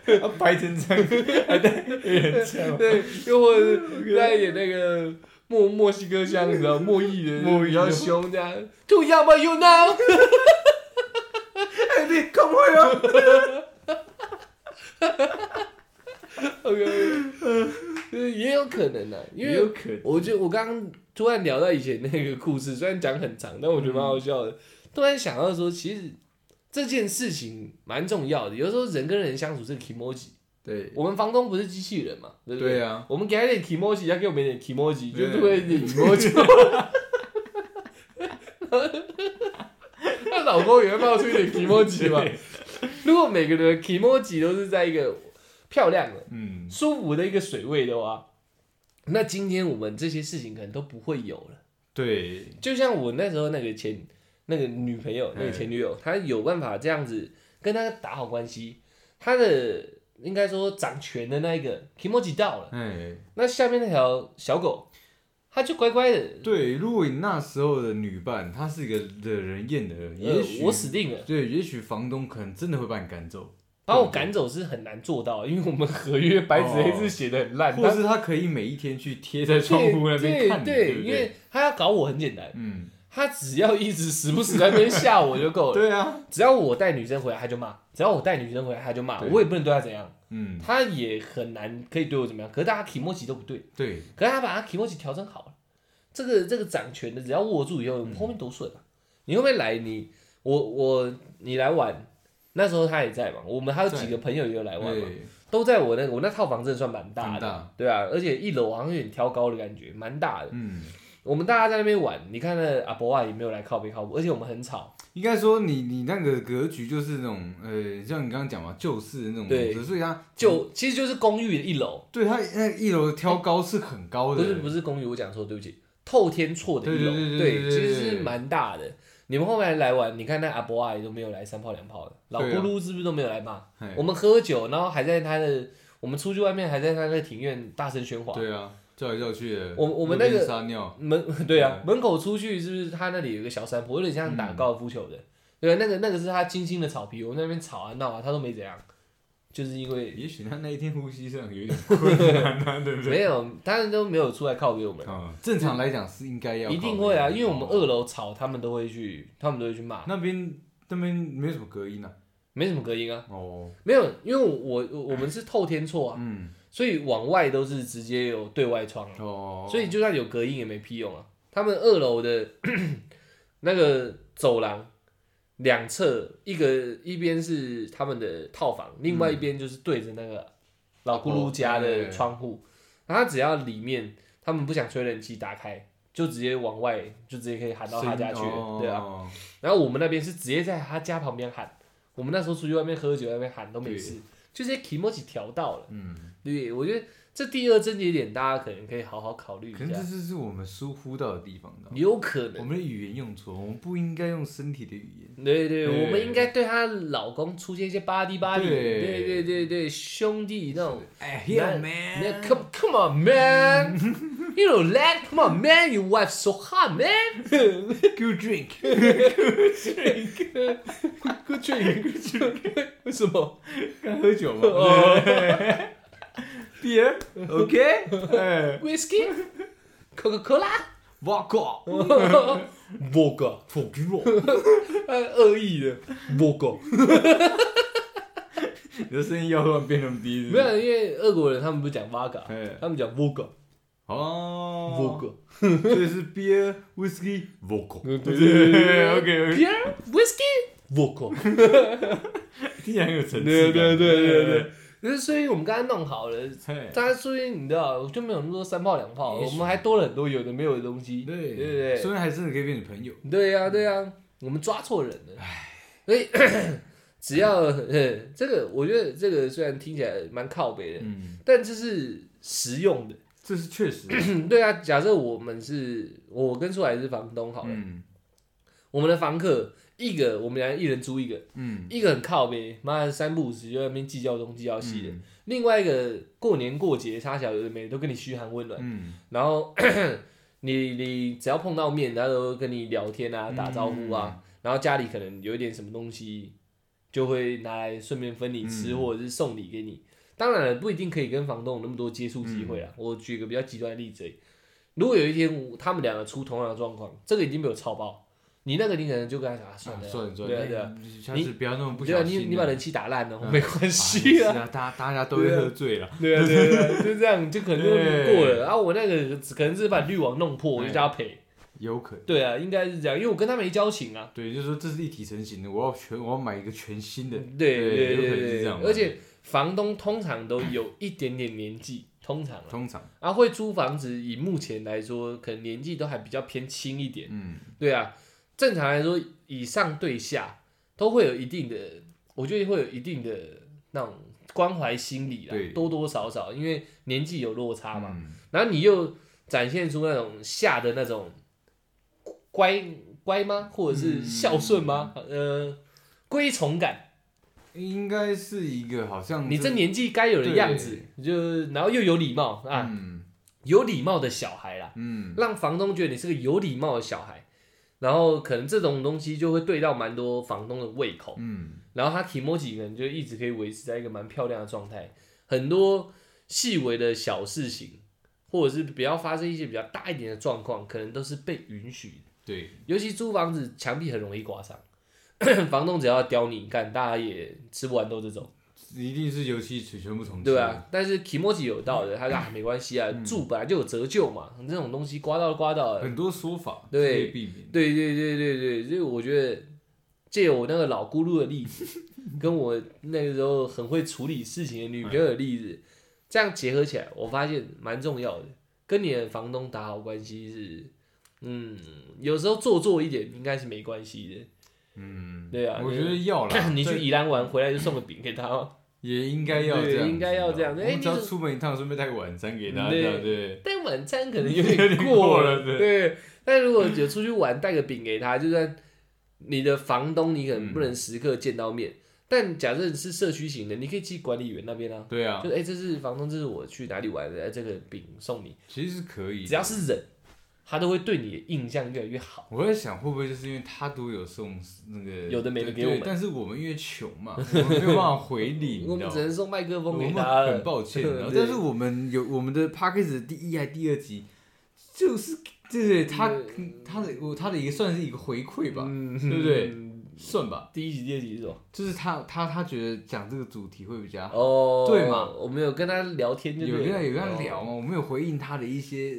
S2: 要拍成 这样，还在黑人腔，
S1: 对，又或者是带一点那个墨墨西哥香，你知道，墨裔的，
S2: 墨裔的
S1: 比较凶这样。To y o u n g b o you know，
S2: 哎，你 come here.
S1: OK，就是也有可能的、因
S2: 有
S1: 为
S2: 可能
S1: 我就我刚刚突然聊到以前那个故事，虽然讲很长，但我觉得蛮好笑的。
S2: 嗯
S1: 突然想到说，其实这件事情蛮重要的。有时候人跟人相处是 emoji，
S2: 对
S1: 我们房东不是机器人嘛，对不
S2: 对啊，
S1: 我们给他一点 emoji，他给我们一点 emoji，
S2: 对
S1: 就会一点 emoji。她老公也会冒出一点 emoji 嘛。如果每个人的 emoji 都是在一个漂亮的、
S2: 嗯，
S1: 舒服的一个水位的话，那今天我们这些事情可能都不会有了。
S2: 对，
S1: 就像我那时候那个前那个女朋友，那个前女友，她有办法这样子跟她打好关系，她的应该说掌权的那一个 emoji 到了。
S2: 哎，
S1: 那下面那条小狗，它就乖乖的，
S2: 对，如果你那时候的女伴她是一个惹人厌的人，也
S1: 呃
S2: 许
S1: 我死定了，
S2: 对，也许房东可能真的会把你赶走，
S1: 把我赶走是很难做到的，因为我们合约白纸黑字写的很烂，
S2: 或是他可以每一天去贴在窗户那边
S1: 对
S2: 看你，
S1: 对，
S2: 不
S1: 因
S2: 对？
S1: 为他要搞我很简单，
S2: 嗯，
S1: 他只要一直时不时在那边吓我就够了，
S2: 对啊，
S1: 只要我带女生回来他就骂，只要我带女生回来他就骂，
S2: 对
S1: 我也不能对他怎样，
S2: 嗯，
S1: 他也很难可以对我怎么样，可是大家提莫奇都不对，
S2: 对，
S1: 可是他把他 k i m o j i 调整好了，这个这个掌权的只要握住以后，后面多顺啊！你后面来你我我你来玩，那时候他也在嘛，我们还有几个朋友也有来玩嘛，
S2: 对，
S1: 都在我那个我那套房真的算蛮大
S2: 长
S1: 的，
S2: 大，
S1: 对啊，而且一楼好像有点挑高的感觉，蛮大的。
S2: 嗯，
S1: 我们大家在那边玩，你看那阿伯啊也没有来靠背靠谱，而且我们很吵，
S2: 应该说你你那个格局就是那种呃，像你刚刚讲嘛，旧式的那种
S1: 对
S2: 格局，所以他
S1: 就其实就是公寓的一楼，
S2: 对他那一楼挑高是很
S1: 不
S2: 高的，
S1: 是不
S2: 是，
S1: 是公寓，我讲错，对不起，透天错的一楼，
S2: 对对对对对
S1: 其实
S2: 对
S1: 是蛮大的。你们后面来玩，你看那阿伯阿姨都没有来三炮两炮的，老
S2: 对啊
S1: 咕噜是不是都没有来骂？
S2: 哎
S1: 我们喝酒，然后还在他的，我们出去外面还在他的庭院大声喧哗。
S2: 对啊，叫来叫去的，
S1: 我我们那个
S2: 路边撒尿，
S1: 门 对啊，门口出去是不是他那里有一个小山坡，有点像打高尔夫球的？对啊，那个那个是他精心的草皮，我们那边吵啊闹啊，他都没怎样，就是因为
S2: 也许他那一天呼吸上有点困难啊，对不对？
S1: 没有，他们都没有出来靠给我们。
S2: 啊，正常来讲是应该要靠
S1: 一
S2: 那个，
S1: 定会啊，因为我们
S2: 哦
S1: 二楼吵，他们都会去，他们都会去骂，
S2: 那边那边没有什么隔音啊，
S1: 没什么隔音啊，
S2: 哦，
S1: 没有，因为我我我们是透天错啊，
S2: 嗯，
S1: 所以往外都是直接有对外窗啊，
S2: 哦，
S1: 所以就算有 隔音也没屁用啊。他们二楼的那个走廊两侧一个一边是他们的套房，另外一边就是对着那个老咕噜家的窗户。
S2: 嗯
S1: 然后他只要里面他们不想吹冷气，打开就直接往外，就直接可以喊到他家去了，对啊。
S2: 啊，
S1: 然后我们那边是直接在他家旁边喊，我们那时候出去外面喝酒，在那边喊都没事，就这些 k i m o j i 调到了。
S2: 嗯，
S1: 对，我觉得这第二症结点大家可能可以好好考虑
S2: 可
S1: 一
S2: 能
S1: 下
S2: 这，就是我们疏忽到的地方的。
S1: 有可能
S2: 我。们的语言用错，我们不应该用身体的语言。
S1: 对对，
S2: 对
S1: 我们应该对她老公出现一些巴迪巴迪，
S2: 对
S1: 对对对对，兄弟那种。
S2: 哎
S1: 那那
S2: ，Here man，
S1: come come on man, you know that come on man, your wife so hot man.
S2: go drink。
S1: Good drink，为 什么？
S2: 刚喝酒嘛
S1: 哦
S2: ，beer，OK，哎
S1: Whisky, Coca Cola，
S2: ，vodka，
S1: 我靠，
S2: 火鸡肉，
S1: 呃恶意的，我 靠。
S2: 你的声音要突然变那么低，是不
S1: 没
S2: 是
S1: 有，因呃为俄国人他们不讲 vodka，
S2: 哎，
S1: 他们讲 vodka
S2: 哦
S1: vodka，
S2: 所以是 beer whiskey vodka，
S1: 对对对
S2: 对，OK OK，
S1: beer whisky vodka。
S2: 听起来很有层次，
S1: 对对对对对，，可是所以我们刚才弄好了，
S2: 嘿，
S1: 大家所以你知道就没有那么多三炮两炮，啊
S2: 也
S1: 我
S2: 许
S1: 们还多了很多有的没有的东西。
S2: 对
S1: 对对
S2: 所以还真的可以变成朋友，
S1: 对呀对呀，我们抓错人了。所以 只要呃这个，我觉得这个虽然听起来蛮靠北的，
S2: 嗯，
S1: 但这是实用的。
S2: 这是确实的，
S1: 对啊，假设我们是我跟出来是房东好了，
S2: 嗯
S1: 我们的房客一个我们俩一人租一个，
S2: 嗯，
S1: 一个很靠北，妈的三不五时就在那边计较东计较西的。
S2: 嗯
S1: 另外一个过年过节差小有的没的都跟你嘘寒问暖，
S2: 嗯，
S1: 然后 你你只要碰到面，他都跟你聊天啊，打招呼啊，
S2: 嗯
S1: 然后家里可能有一点什么东西，就会拿来顺便分你吃，
S2: 嗯
S1: 或者是送礼给你。当然了，不一定可以跟房东有那么多接触机会啊。
S2: 嗯
S1: 我举个比较极端的例子而已，如果有一天我他们两个出同样的状况，这个已经被我超爆，你那个你可能就跟他讲、啊、算
S2: 啊
S1: 了啊，
S2: 算了算
S1: 对啊对
S2: 了
S1: 啊，，
S2: 你下次不要那么不
S1: 对啊，
S2: 小
S1: 你
S2: 心了，
S1: 你把人气打烂了，
S2: 嗯
S1: 没关系
S2: 是
S1: 啊。
S2: 啊，大大家都会喝醉了，
S1: 对啊，对啊，对啊就这样，就可能就
S2: 对
S1: 过了。然后我那个只可能是把滤网弄破，我就叫他赔。
S2: 有可能。
S1: 对啊，应该是这样，因为我跟他没交情啊。
S2: 对，就是说这是一体成型的，我要全我要买一个全新的
S1: 对，对
S2: 有可
S1: 对
S2: 能是
S1: 对
S2: 这
S1: 对
S2: 样，吧
S1: 而且房东通常都有一点点年纪，通常啊，
S2: 通常，
S1: 啊会租房子，以目前来说，可能年纪都还比较偏轻一点。
S2: 嗯，
S1: 对啊，正常来说，以上对下都会有一定的，我觉得会有一定的那种关怀心理啦
S2: 对，
S1: 多多少少，因为年纪有落差嘛。
S2: 嗯，
S1: 然后你又展现出那种下的那种乖乖吗，或者是孝顺吗？呃，归从感，
S2: 应该是一个好像
S1: 你这年纪该有的样子，就然后又有礼貌啊，
S2: 嗯
S1: 有礼貌的小孩啦，
S2: 嗯，
S1: 让房东觉得你是个有礼貌的小孩。然后可能这种东西就会对到蛮多房东的胃口，
S2: 嗯，
S1: 然后他 k i m o j i 可能就一直可以维持在一个蛮漂亮的状态。很多细微的小事情，或者是比较发生一些比较大一点的状况，可能都是被允许的。
S2: 对，
S1: 尤其租房子，墙壁很容易刮伤， 房东只要刁你，干大家也吃不完都这种，
S2: 一定是油漆全全部重漆，
S1: 对吧、，啊但是 k i m o j i 有道理，他说、啊、没关系啊，住本来就有折旧嘛，这种东西刮到就刮到了。
S2: 很多说法
S1: 对
S2: 可以避免，
S1: 对啊对对对对，所以我觉得借我那个老咕噜的例子，跟我那个时候很会处理事情的女朋友的例子，这样结合起来，我发现蛮重要的。跟你的房东打好关系是，嗯，有时候做作一点应该是没关系
S2: 嗯，
S1: 对啊
S2: 我觉得要啦
S1: 的。，你
S2: 这
S1: 去宜兰玩回来就送个饼给他哦嘛，
S2: 也应该要
S1: 对
S2: 这样子，啊
S1: 应该要这样
S2: 我
S1: 哎
S2: 们只要
S1: 你怎
S2: 出门一趟，顺便带个晚餐给他，
S1: 对
S2: 这样对，
S1: 但晚餐可能有
S2: 有
S1: 点
S2: 点
S1: 过
S2: 过
S1: 了，
S2: 了
S1: 对。
S2: 对
S1: 但如果有出去玩，带个饼给他，就算你的房东你可能不能时刻见到面，但假设你是社区型的，你可以去管理员那边啊，
S2: 对啊
S1: 就，哎、这是房东，这是我去哪里玩的，哎这个饼送你，
S2: 其实是可以的，
S1: 只要是人，他都会对你的印象越来越好。
S2: 我在想，会不会就是因为他都有送那个
S1: 有的没的
S2: 对
S1: 给我们
S2: 对但是我们因为穷嘛，我们没有办法回 礼，
S1: 我
S2: 你
S1: 们
S2: 知道
S1: 只
S2: 吗？
S1: 能送麦克
S2: 我
S1: 风给
S2: 们
S1: 他了，
S2: 很抱歉，你知 道
S1: 对
S2: 但是我们有我们的 p a c k a g e 第一还第二集，就是对他他的我他的一个算是一个回馈吧，
S1: 嗯
S2: 对不对
S1: 嗯
S2: 算吧，
S1: 第一集、第二集是什么？
S2: 就是他他他觉得讲这个主题会比较好，
S1: 哦，
S2: 对嘛
S1: 我们有跟他聊天就
S2: 有
S1: 对
S2: 跟
S1: 了，
S2: 他有跟他
S1: 哦
S2: 聊嘛，我们有回应他的一些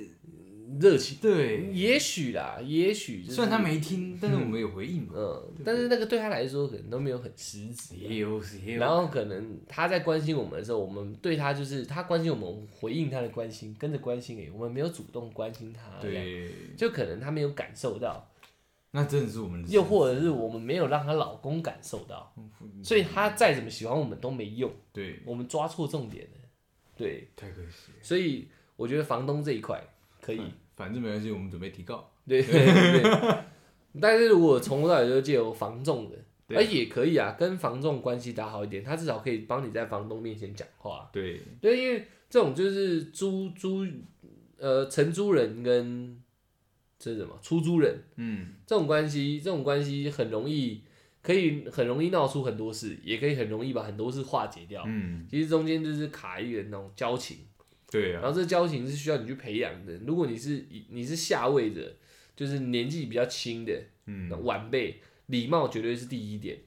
S1: 热情。
S2: 对，
S1: 也许啦，也许、就是、
S2: 虽然他没听，但是我们有回应嘛，
S1: 嗯，但是那个对他来说可能都没有很实质。
S2: 也有也有，
S1: 然后可能他在关心我们的时候，我们对他就是他关心我们，我们回应他的关心，跟着关心诶，我们没有主动关心他，，
S2: 对，
S1: 就可能他没有感受到，
S2: 那真的是我们的
S1: 又或者是我们没有让她老公感受到，
S2: 嗯
S1: 所以她再怎么喜欢我们都没用，
S2: 对，
S1: 我们抓错重点了，对，
S2: 太可惜了，
S1: 所以我觉得房东这一块可以，
S2: 反正没关系，我们准备提告，
S1: 对对对对，但是我从头到尾都借由房仲的，
S2: 对
S1: 哎也可以啊，跟房仲关系打好一点，他至少可以帮你在房东面前讲话。
S2: 对，
S1: 对，因为这种就是租租呃承租人跟这是什么出租人
S2: 嗯，
S1: 这种关系，这种关系很容易可以很容易闹出很多事，也可以很容易把很多事化解掉。
S2: 嗯，
S1: 其实中间就是卡一个那种交情。
S2: 对
S1: 然
S2: 啊，
S1: 后这交情是需要你去培养的。如果你是以你是下位者，就是年纪比较轻的
S2: 嗯
S1: 那，晚辈，礼貌绝对是第一点。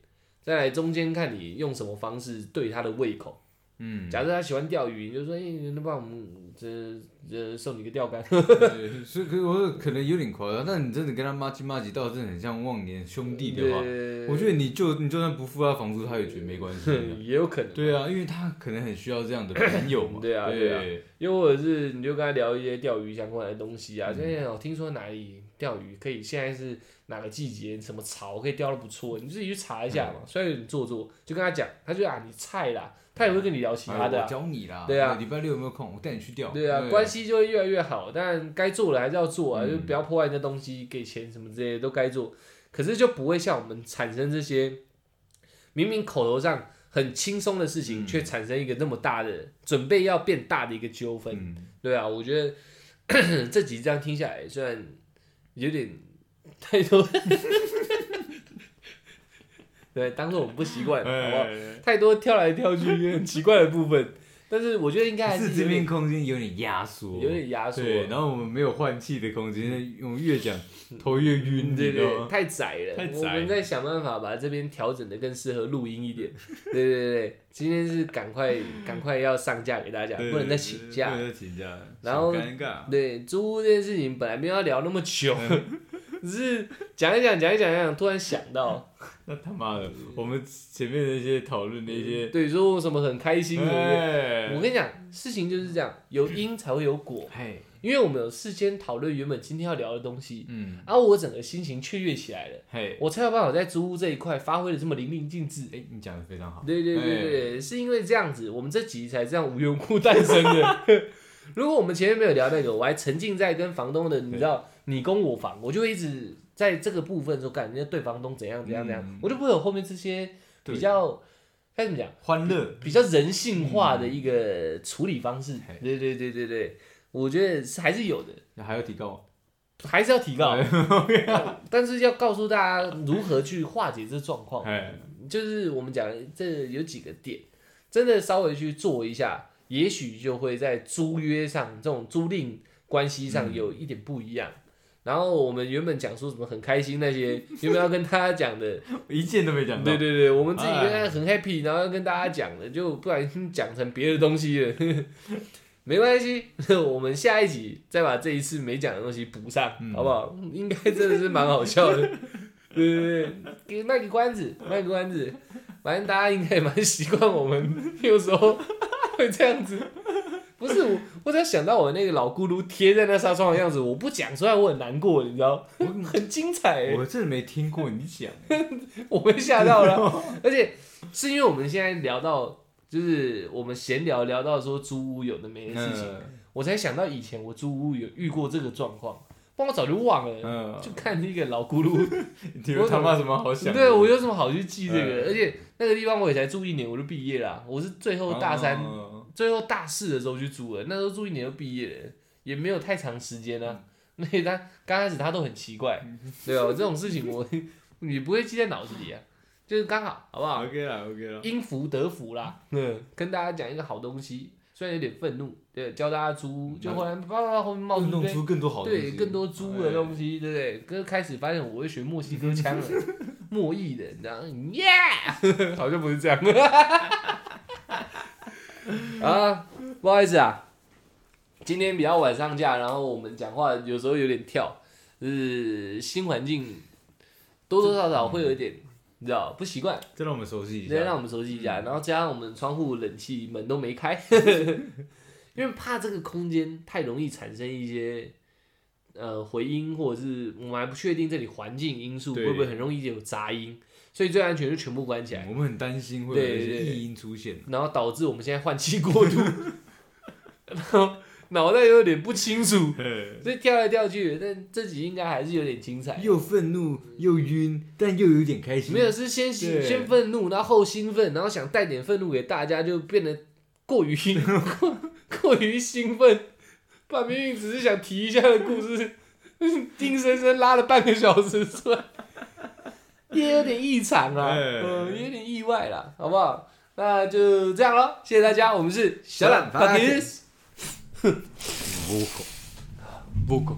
S1: 再来中间看你用什么方式对他的胃口。
S2: 嗯，
S1: 假设他喜欢钓鱼，你就说：“哎、那不然我们这这送你个钓竿。
S2: 对所以可我可能有点夸张，但你真的跟他骂唧骂唧到真的很像忘年兄弟的 话，
S1: 对
S2: 我觉得你就你就算不付他房租，他也觉得没关系的。
S1: 也有可能。
S2: 对啊，因为他可能很需要这样的朋友嘛。
S1: 对啊对啊
S2: 对
S1: 又或者是你就跟他聊一些钓鱼相关的东西啊，就是哦，听说哪里钓鱼可以，现在是哪个季节，什么潮可以钓的不错，你自己去查一下嘛。虽然有点做作，就跟他讲，他就啊你菜啦，他也会跟你聊其他的
S2: 哎
S1: 啊、
S2: 我教你啦。
S1: 对啊
S2: 礼拜六有没有空？我带你去钓。
S1: 对啊，关系就会越来越好。但该做的还是要做啊，就不要破坏人家东西，给钱什么之类的都该做。可是就不会像我们产生这些明明口头上很轻松的事情，却产生一个那么大的准备要变大的一个纠纷。
S2: 嗯，
S1: 对啊，我觉得 这几张听下来，虽然有点太多，对，当做我们不习惯，好不好？
S2: 哎
S1: 太多跳来跳去很奇怪的部分，但是我觉得应该还
S2: 是
S1: 有
S2: 这边
S1: 点
S2: 空间有点压缩，
S1: 有点压缩，
S2: 对，然后我们没有换气的空间，我们越讲头越晕，
S1: 嗯
S2: 你
S1: 对
S2: 知道
S1: 对，
S2: 吗？
S1: 太窄了，
S2: 太窄
S1: 我们再想办法把这边调整的更适合录音一 点。对对对对，今天是赶快赶快要上架给大家，
S2: 对
S1: 不能再请假
S2: 不。能再请假，
S1: 然后
S2: 小尴尬。
S1: 对，租屋这件事情本来没有要聊那么久，
S2: 嗯
S1: 只是讲一讲讲一讲讲，突然想到，
S2: 那他妈的，我们前面的一些讨论的一些，
S1: 嗯对，说我什么很开心什么的。
S2: 哎
S1: 我跟你讲，事情就是这样，有因才会有果，
S2: 嘿，
S1: 因为我们有事先讨论原本今天要聊的东西，
S2: 嗯，
S1: 而、我整个心情雀跃起来了，
S2: 嘿，
S1: 我才有办法在租屋这一块发挥的这么淋漓尽致。
S2: 哎，你讲的非常好，
S1: 对对对
S2: 哎
S1: 对，是因为这样子，我们这集才这样无缘无故诞生的。 如果我们前面没有聊那个，我还沉浸在跟房东的，你知道你攻我防，我就会一直在这个部分说，干人家对房东怎样怎样怎样，
S2: 嗯
S1: 我就不会有后面这些
S2: 对
S1: 比较该怎么讲，
S2: 欢乐，
S1: 比较人性化的一个处理方式。
S2: 嗯嘿
S1: 对对对对对，我觉得是还是有的，
S2: 还要提高吗？
S1: 还是要提高，但是要告诉大家如何去化解这状况。
S2: 哎，
S1: 就是我们讲的这有几个点，真的稍微去做一下，也许就会在租约上这种租赁关系上有一点不一样。然后我们原本讲说什么很开心那些，原本要跟大家讲的，
S2: 一件都没讲到
S1: 对对，对，我们自己原来很 happy，然后要跟大家讲的，就不小心讲成别的东西了。没关系，我们下一集再把这一次没讲的东西补上，
S2: 嗯
S1: 好不好？应该真的是蛮好笑的，对对对，给卖个关子，卖个关子，反正大家应该也蛮习惯我们有时候会这样子。不是我，我只要想到我那个老咕噜贴在那纱窗的样子，我不讲出来我很难过，你知道？
S2: 我
S1: 很精彩、欸，
S2: 我真的没听过 你讲，
S1: 嗯我被吓到了， 而且是因为我们现在聊到，就是我们闲聊聊到说租屋有的没的事情，
S2: 嗯
S1: 我才想到以前我租屋有遇过这个状况，不然我早就忘了。
S2: 嗯，
S1: 就看那个老咕 噜，
S2: 你有他妈什么好想的？
S1: 对我有什么好去记这个？
S2: 嗯
S1: 而且那个地方我也才住一年，我就毕业啦。我是最后大三、
S2: 哦
S1: 最后大四的时候去住的，那时候住一年就毕业了，也没有太长时间
S2: 嗯
S1: 啊。那他刚开始他都很奇怪，对啊，这种事情我 你不会记在脑子里啊，就是刚好，好不好？
S2: ，OK 啦，OK 啦，
S1: 因福得福啦，嗯，跟大家讲一个好东西，虽然有点愤怒，对，教大家租，就后来叭叭叭后面冒
S2: 弄
S1: 出一堆
S2: 出更多好东西
S1: 对更多租的东西，对不对？哥开始发现我会学墨西哥 腔了，墨裔的，你知道，yeah，好像不是这 样啊，不好意思啊，今天比较晚上架，然后我们讲话有时候有点跳，就是新环境多多少少会有一点，你知道不习惯，
S2: 再让我们熟悉一
S1: 再让
S2: 下。嗯
S1: 我们熟悉一下，然后加上我们窗户冷气门都没 开， 因为怕这个空间太容易产生一些呃回音，或者是我们还不确定这里环境因素
S2: 对
S1: 会不会很容易有杂音，所以最安全就全部关起来。
S2: 我们很担心会有一
S1: 对
S2: 些
S1: 对对
S2: 异音出现。
S1: 然后导致我们现在换气过度， 然后脑袋有点不清楚，
S2: 嘿
S1: 所以跳来跳去的。但这集应该还是有点精彩。
S2: 又愤怒又晕，但又有点开心。
S1: 没有是先喜
S2: 对
S1: 先愤怒，然后后兴奋，然后想带点愤怒给大家，就变得过于 过过于兴奋。半边运只是想提一下的故事， 硬生生拉了半个小时出来，也有点异常啊，
S2: 哎
S1: 嗯，也有点意外啦，好不好？那就这样咯，谢谢大家，我
S2: 哦
S1: 们是小懒 p o d c a s
S2: 不狗，